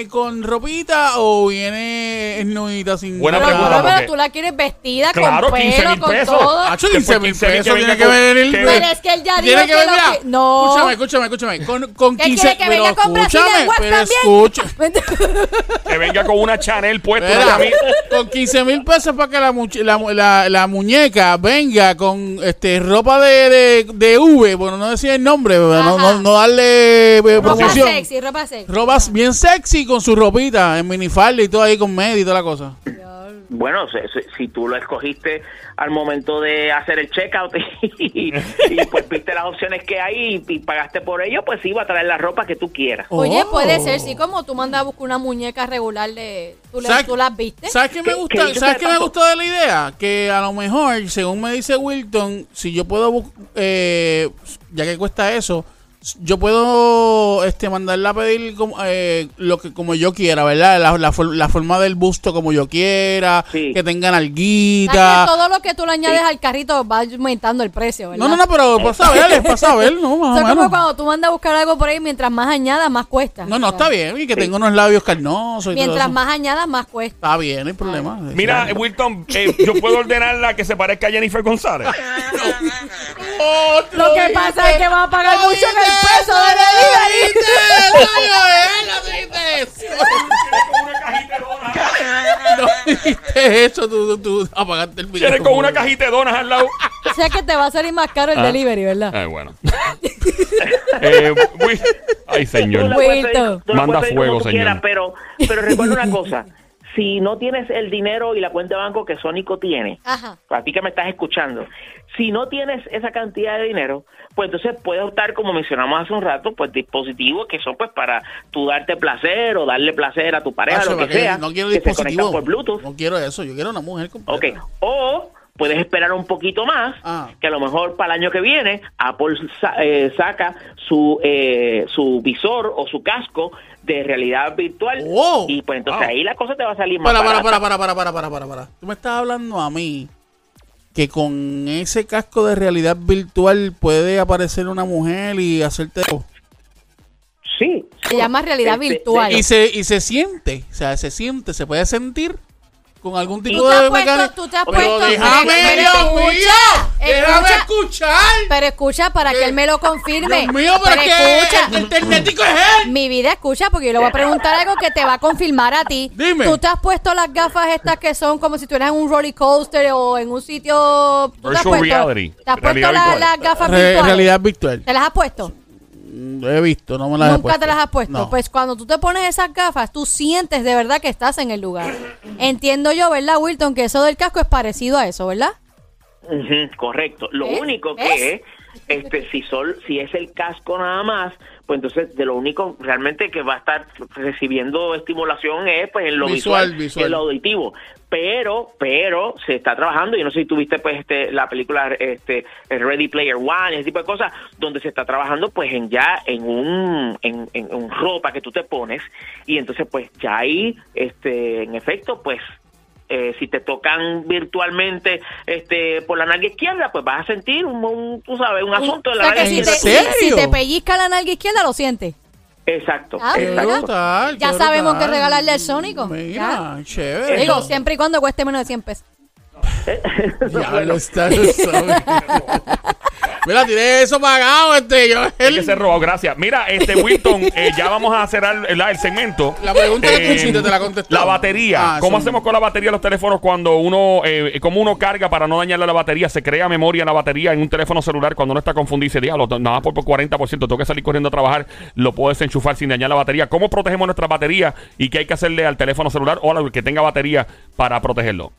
Speaker 3: eh, con ropita o viene nudita sin
Speaker 1: Buena
Speaker 3: nada?
Speaker 2: Pero,
Speaker 1: pregunta,
Speaker 2: pero,
Speaker 1: porque-
Speaker 2: tú la quieres vestida
Speaker 1: Claro,
Speaker 2: con
Speaker 1: 15 mil
Speaker 2: pelo, con
Speaker 1: pesos.
Speaker 2: todo.
Speaker 3: Hacho,
Speaker 1: Que
Speaker 3: 15
Speaker 1: por
Speaker 3: mil
Speaker 1: 15 mil
Speaker 3: pesos
Speaker 1: que
Speaker 3: tiene
Speaker 1: venga
Speaker 3: que
Speaker 1: con-
Speaker 3: ver el...
Speaker 1: que-
Speaker 2: Pero es que él ya dijo
Speaker 3: Tiene
Speaker 2: que
Speaker 3: que ver,
Speaker 2: lo
Speaker 3: mira,
Speaker 2: que- No.
Speaker 3: Escúchame, escúchame, escúchame. Con, con
Speaker 2: ¿Qué
Speaker 3: 15...
Speaker 2: quiere que
Speaker 3: pero
Speaker 2: venga con Brasil
Speaker 3: escúchame,
Speaker 2: Watch
Speaker 3: pero
Speaker 2: también? [LAUGHS]
Speaker 3: escucha.
Speaker 1: que venga con una Chanel puesta.
Speaker 3: Espera,
Speaker 1: Una camisa.
Speaker 3: con 15 mil pesos para que la, much- la, mu- la, la muñeca venga con este ropa de, de, de V, bueno, no decir el nombre, pero no,
Speaker 2: Ajá.
Speaker 3: no, no darle eh,
Speaker 2: ropa
Speaker 3: promoción.
Speaker 2: sexy, ropa sexy.
Speaker 3: Robas bien sexy con su ropita, en minifalda y todo ahí con medio y toda la cosa.
Speaker 4: Bueno, se- se- si tú lo escogiste al momento de hacer el checkout [LAUGHS] y, y, pues viste las opciones que hay y, y pagaste por ello, pues sí, va a traer la ropa que tú quieras.
Speaker 2: Oye,
Speaker 3: Oh.
Speaker 2: puede ser, sí, como tú mandas a buscar una muñeca regular de... ¿Tú, le,
Speaker 3: ¿Sabes-
Speaker 2: tú las viste?
Speaker 3: ¿Sabes qué me
Speaker 4: ¿Qué-
Speaker 3: gusta?
Speaker 4: qué- qué
Speaker 3: ¿Sabes
Speaker 4: te
Speaker 3: qué me
Speaker 4: pasó?
Speaker 3: gustó de la idea? Que a lo mejor, según me dice Wilton, si yo puedo, bus- eh, ya que cuesta eso, yo puedo este, mandarla a pedir como, eh, lo que como yo quiera, ¿verdad? La, la for- la forma del busto como yo quiera,
Speaker 4: Sí.
Speaker 3: que tenga
Speaker 2: ¿Sabes que
Speaker 3: nalguita.
Speaker 2: todo lo que tú le añades al carrito va aumentando el precio, ¿verdad?
Speaker 3: No, no, no, pero para saber, es para saber, no,
Speaker 2: Eso
Speaker 3: más o
Speaker 2: es como
Speaker 3: menos.
Speaker 2: cuando tú mandas a buscar algo por ahí, mientras más añadas, más cuesta.
Speaker 3: No, no,
Speaker 2: O sea,
Speaker 3: está bien, y que tenga unos labios carnosos y todo
Speaker 2: Mientras
Speaker 3: eso.
Speaker 2: más añadas, más cuesta.
Speaker 3: Está bien, no hay problema.
Speaker 1: Mira, eh, Wilton, eh, yo puedo ordenarla que se parezca a Jennifer González.
Speaker 2: Lo que pasa es que va a pagar mucho en el peso de delivery.
Speaker 1: una cajita de donas.
Speaker 3: No dijiste eso, tú, tú, tú apagaste el video.
Speaker 1: Viene con una cajita de donas al lado.
Speaker 2: O sea que te va a salir más caro
Speaker 1: Ah.
Speaker 2: el delivery, ¿verdad?
Speaker 1: Ay, bueno. Eh, Wi- Ay,
Speaker 4: Tú
Speaker 1: señor.
Speaker 4: la puedes pedir-
Speaker 2: Wilton.
Speaker 4: tú la
Speaker 1: Manda
Speaker 4: puedes pedir como
Speaker 1: fuego,
Speaker 4: tú
Speaker 1: señor.
Speaker 4: quieras, pero, pero recuerda una cosa. Si no tienes el dinero y la cuenta de banco que Sónico tiene,
Speaker 2: Ajá.
Speaker 4: a ti que me estás escuchando, si no tienes esa cantidad de dinero, pues entonces puedes optar, como mencionamos hace un rato, pues dispositivos que son pues para tú darte placer o darle placer a tu pareja,
Speaker 3: Nacho,
Speaker 4: lo que
Speaker 3: para que-
Speaker 4: sea,
Speaker 3: no quiero
Speaker 4: que se conectan
Speaker 3: dispositivo.
Speaker 4: por Bluetooth.
Speaker 3: No quiero eso, yo quiero una mujer completa.
Speaker 4: Ok, o puedes esperar un poquito más,
Speaker 3: Ah.
Speaker 4: que a lo mejor para el año que viene Apple sa- eh, saca su, eh, su visor o su casco de realidad virtual
Speaker 3: Oh,
Speaker 4: y pues entonces
Speaker 3: wow.
Speaker 4: ahí la cosa te va a salir más
Speaker 3: Para, para,
Speaker 4: barata.
Speaker 3: para, para, para, para, para, para, para. Tú me estás hablando a mí que con ese casco de realidad virtual puede aparecer una mujer y hacerte...
Speaker 4: Sí.
Speaker 2: Se llama realidad
Speaker 4: Este,
Speaker 2: virtual.
Speaker 3: Y se, y se siente, o sea, se siente, se puede sentir con algún tipo
Speaker 2: Tú te has
Speaker 3: de
Speaker 2: puesto-
Speaker 3: mecánica-
Speaker 2: tú te has
Speaker 3: Pero
Speaker 2: puesto-
Speaker 3: déjame,
Speaker 2: pero
Speaker 3: Dios
Speaker 2: escucha,
Speaker 3: mío, déjame
Speaker 2: escucha.
Speaker 3: escuchar.
Speaker 2: Pero escucha para que él me lo confirme.
Speaker 3: Dios mío, pero es que el
Speaker 2: escucha.
Speaker 3: internetico es él.
Speaker 2: Mi vida, escucha, porque yo le voy a preguntar algo que te va a confirmar a ti.
Speaker 3: Dime.
Speaker 2: Tú te has puesto las gafas estas que son como si estuvieras en un roller coaster o en un sitio. ¿Tú te has
Speaker 1: Virtual
Speaker 2: puesto,
Speaker 1: reality.
Speaker 2: ¿Te has puesto
Speaker 1: Realidad
Speaker 2: la-
Speaker 1: virtual.
Speaker 2: las gafas
Speaker 3: Re-
Speaker 2: virtuales?
Speaker 3: realidad virtual.
Speaker 2: ¿Te las has puesto?
Speaker 3: Mm, He visto, no me las he
Speaker 2: Nunca te las has puesto.
Speaker 3: No.
Speaker 2: Pues cuando tú te pones esas gafas, tú sientes de verdad que estás en el lugar. Entiendo yo, ¿verdad, Wilton? Que eso del casco es parecido a eso, ¿verdad?
Speaker 4: Ujú, correcto. Lo
Speaker 2: ¿Ves?
Speaker 4: único
Speaker 2: ¿Ves?
Speaker 4: que este si sol, si es el casco nada más, pues entonces de lo único realmente que va a estar recibiendo estimulación es pues en lo
Speaker 3: Visual,
Speaker 4: visual,
Speaker 3: visual.
Speaker 4: en lo auditivo. Pero, pero se está trabajando, y no sé si tuviste pues este la película este Ready Player One, ese tipo de cosas, donde se está trabajando pues en ya en un en, en, en ropa que tú te pones y entonces pues ya ahí este en efecto pues eh, si te tocan virtualmente este por la nalga izquierda, pues vas a sentir un, un- tú sabes, un asunto
Speaker 2: o
Speaker 4: de
Speaker 2: sea
Speaker 4: la
Speaker 2: que
Speaker 4: nalga
Speaker 2: si
Speaker 3: ¿En
Speaker 2: te,
Speaker 4: izquierda.
Speaker 3: serio?
Speaker 2: si te pellizca la nalga izquierda, lo sientes.
Speaker 4: Exacto,
Speaker 2: Ah,
Speaker 3: Qué
Speaker 2: mira.
Speaker 4: exacto.
Speaker 3: brutal,
Speaker 2: Ya
Speaker 3: qué
Speaker 2: sabemos
Speaker 3: brutal.
Speaker 2: qué regalarle al Sónico.
Speaker 3: Mira,
Speaker 2: Ya.
Speaker 3: chévere.
Speaker 2: Digo, siempre y cuando cueste menos de 100 pesos.
Speaker 3: Ya lo está, lo sabe.
Speaker 2: [LAUGHS]
Speaker 3: Mira, tiré eso pagado, este, yo.
Speaker 1: Hay que ser robado, gracias. Mira, este
Speaker 3: [LAUGHS]
Speaker 1: Wilton, eh, ya vamos a cerrar el, el segmento.
Speaker 3: La pregunta que tú
Speaker 1: Eh,
Speaker 3: hiciste te la contesté.
Speaker 1: La batería.
Speaker 3: Ah,
Speaker 1: ¿Cómo
Speaker 3: sí.
Speaker 1: hacemos con la batería de los teléfonos cuando uno, eh, como uno carga para no dañarle la batería? Se crea memoria en la batería en un teléfono celular cuando uno está confundido y dice, diablo, nada más por por 40%, tengo que salir corriendo a trabajar, lo puedo desenchufar sin dañar la batería. ¿Cómo protegemos nuestra batería y qué hay que hacerle al teléfono celular o al que tenga batería para protegerlo?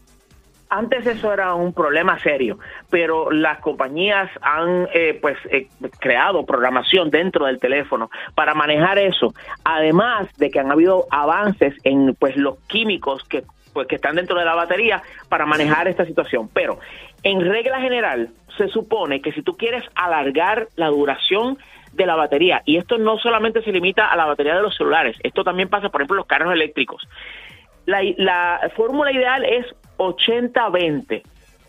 Speaker 4: Antes eso era un problema serio, pero las compañías han eh, pues eh, creado programación dentro del teléfono para manejar eso. Además de que han habido avances en pues los químicos que pues que están dentro de la batería para manejar esta situación. Pero en regla general se supone que si tú quieres alargar la duración de la batería, y esto no solamente se limita a la batería de los celulares, esto también pasa por ejemplo en los carros eléctricos. La, la fórmula ideal es 80-20,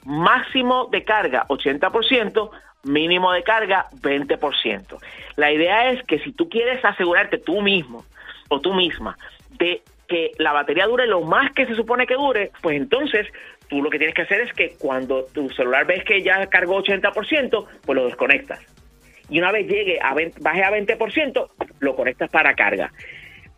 Speaker 4: máximo de carga 80%, mínimo de carga 20%. La idea es que si tú quieres asegurarte tú mismo o tú misma de que la batería dure lo más que se supone que dure, pues entonces tú lo que tienes que hacer es que cuando tu celular ves que ya cargó 80%, pues lo desconectas. Y una vez llegue a 20 baje a 20%, lo conectas para carga.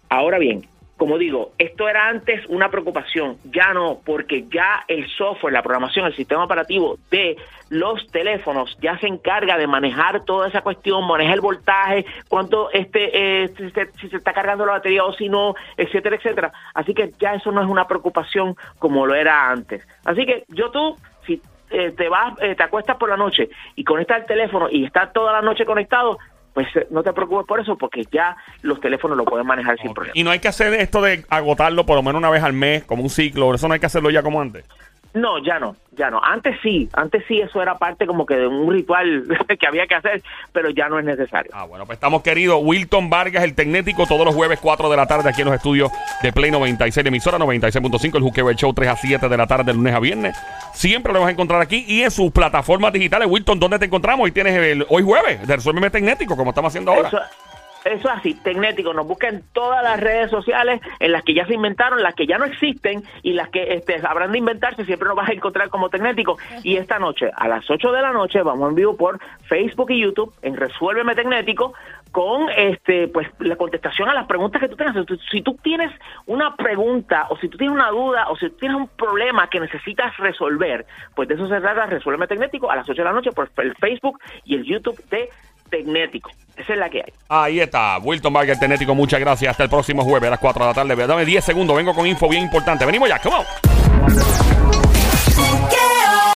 Speaker 4: Ahora bien, como digo, esto era antes una preocupación, ya no, porque ya el software, la programación, el sistema operativo de los teléfonos ya se encarga de manejar toda esa cuestión, maneja el voltaje, cuánto este, eh, si, se, si se está cargando la batería o si no, etcétera, etcétera. Así que ya eso no es una preocupación como lo era antes. Así que yo tú, si eh, te vas, eh, te acuestas por la noche y conectas el teléfono y está toda la noche conectado, pues eh, no te preocupes por eso porque ya los teléfonos lo pueden manejar sin problema.
Speaker 1: Y no hay que hacer esto de agotarlo por lo menos una vez al mes, como un ciclo. Eso no hay que hacerlo ya como antes.
Speaker 4: No, ya no, ya no. Antes sí, antes sí eso era parte como que de un ritual [LAUGHS] que había que hacer, pero ya no es necesario.
Speaker 1: Ah, bueno, pues estamos queridos. Wilton Vargas, el Tecnético, todos los jueves 4 de la tarde aquí en los estudios de Play 96, la emisora 96.5, el Juqueo el Show 3 a 7 de la tarde, de lunes a viernes. Siempre lo vas a encontrar aquí y en sus plataformas digitales. Wilton, ¿dónde te encontramos? Hoy tienes el, hoy jueves de Resuélveme Tecnético, como estamos haciendo ahora.
Speaker 4: Eso, eso así, Tecnético, nos busca en todas las redes sociales, en las que ya se inventaron, las que ya no existen y las que este, habrán de inventarse, siempre nos vas a encontrar como Tecnético. Y esta noche, a las 8 de la noche, vamos en vivo por Facebook y YouTube en Resuélveme Tecnético con este pues la contestación a las preguntas que tú tengas. Si tú- Si tú tienes una pregunta o si tú tienes una duda o si tú tienes un problema que necesitas resolver, pues de eso se trata Resuélveme Tecnético a las 8 de la noche por el Facebook y el YouTube de Tecnético. Esa es la que hay.
Speaker 1: Ahí está, Wilton Vargas, el Tecnético. Muchas gracias. Hasta el próximo jueves a las 4 de la tarde. Dame 10 segundos. Vengo con info bien importante. Venimos ya, come on.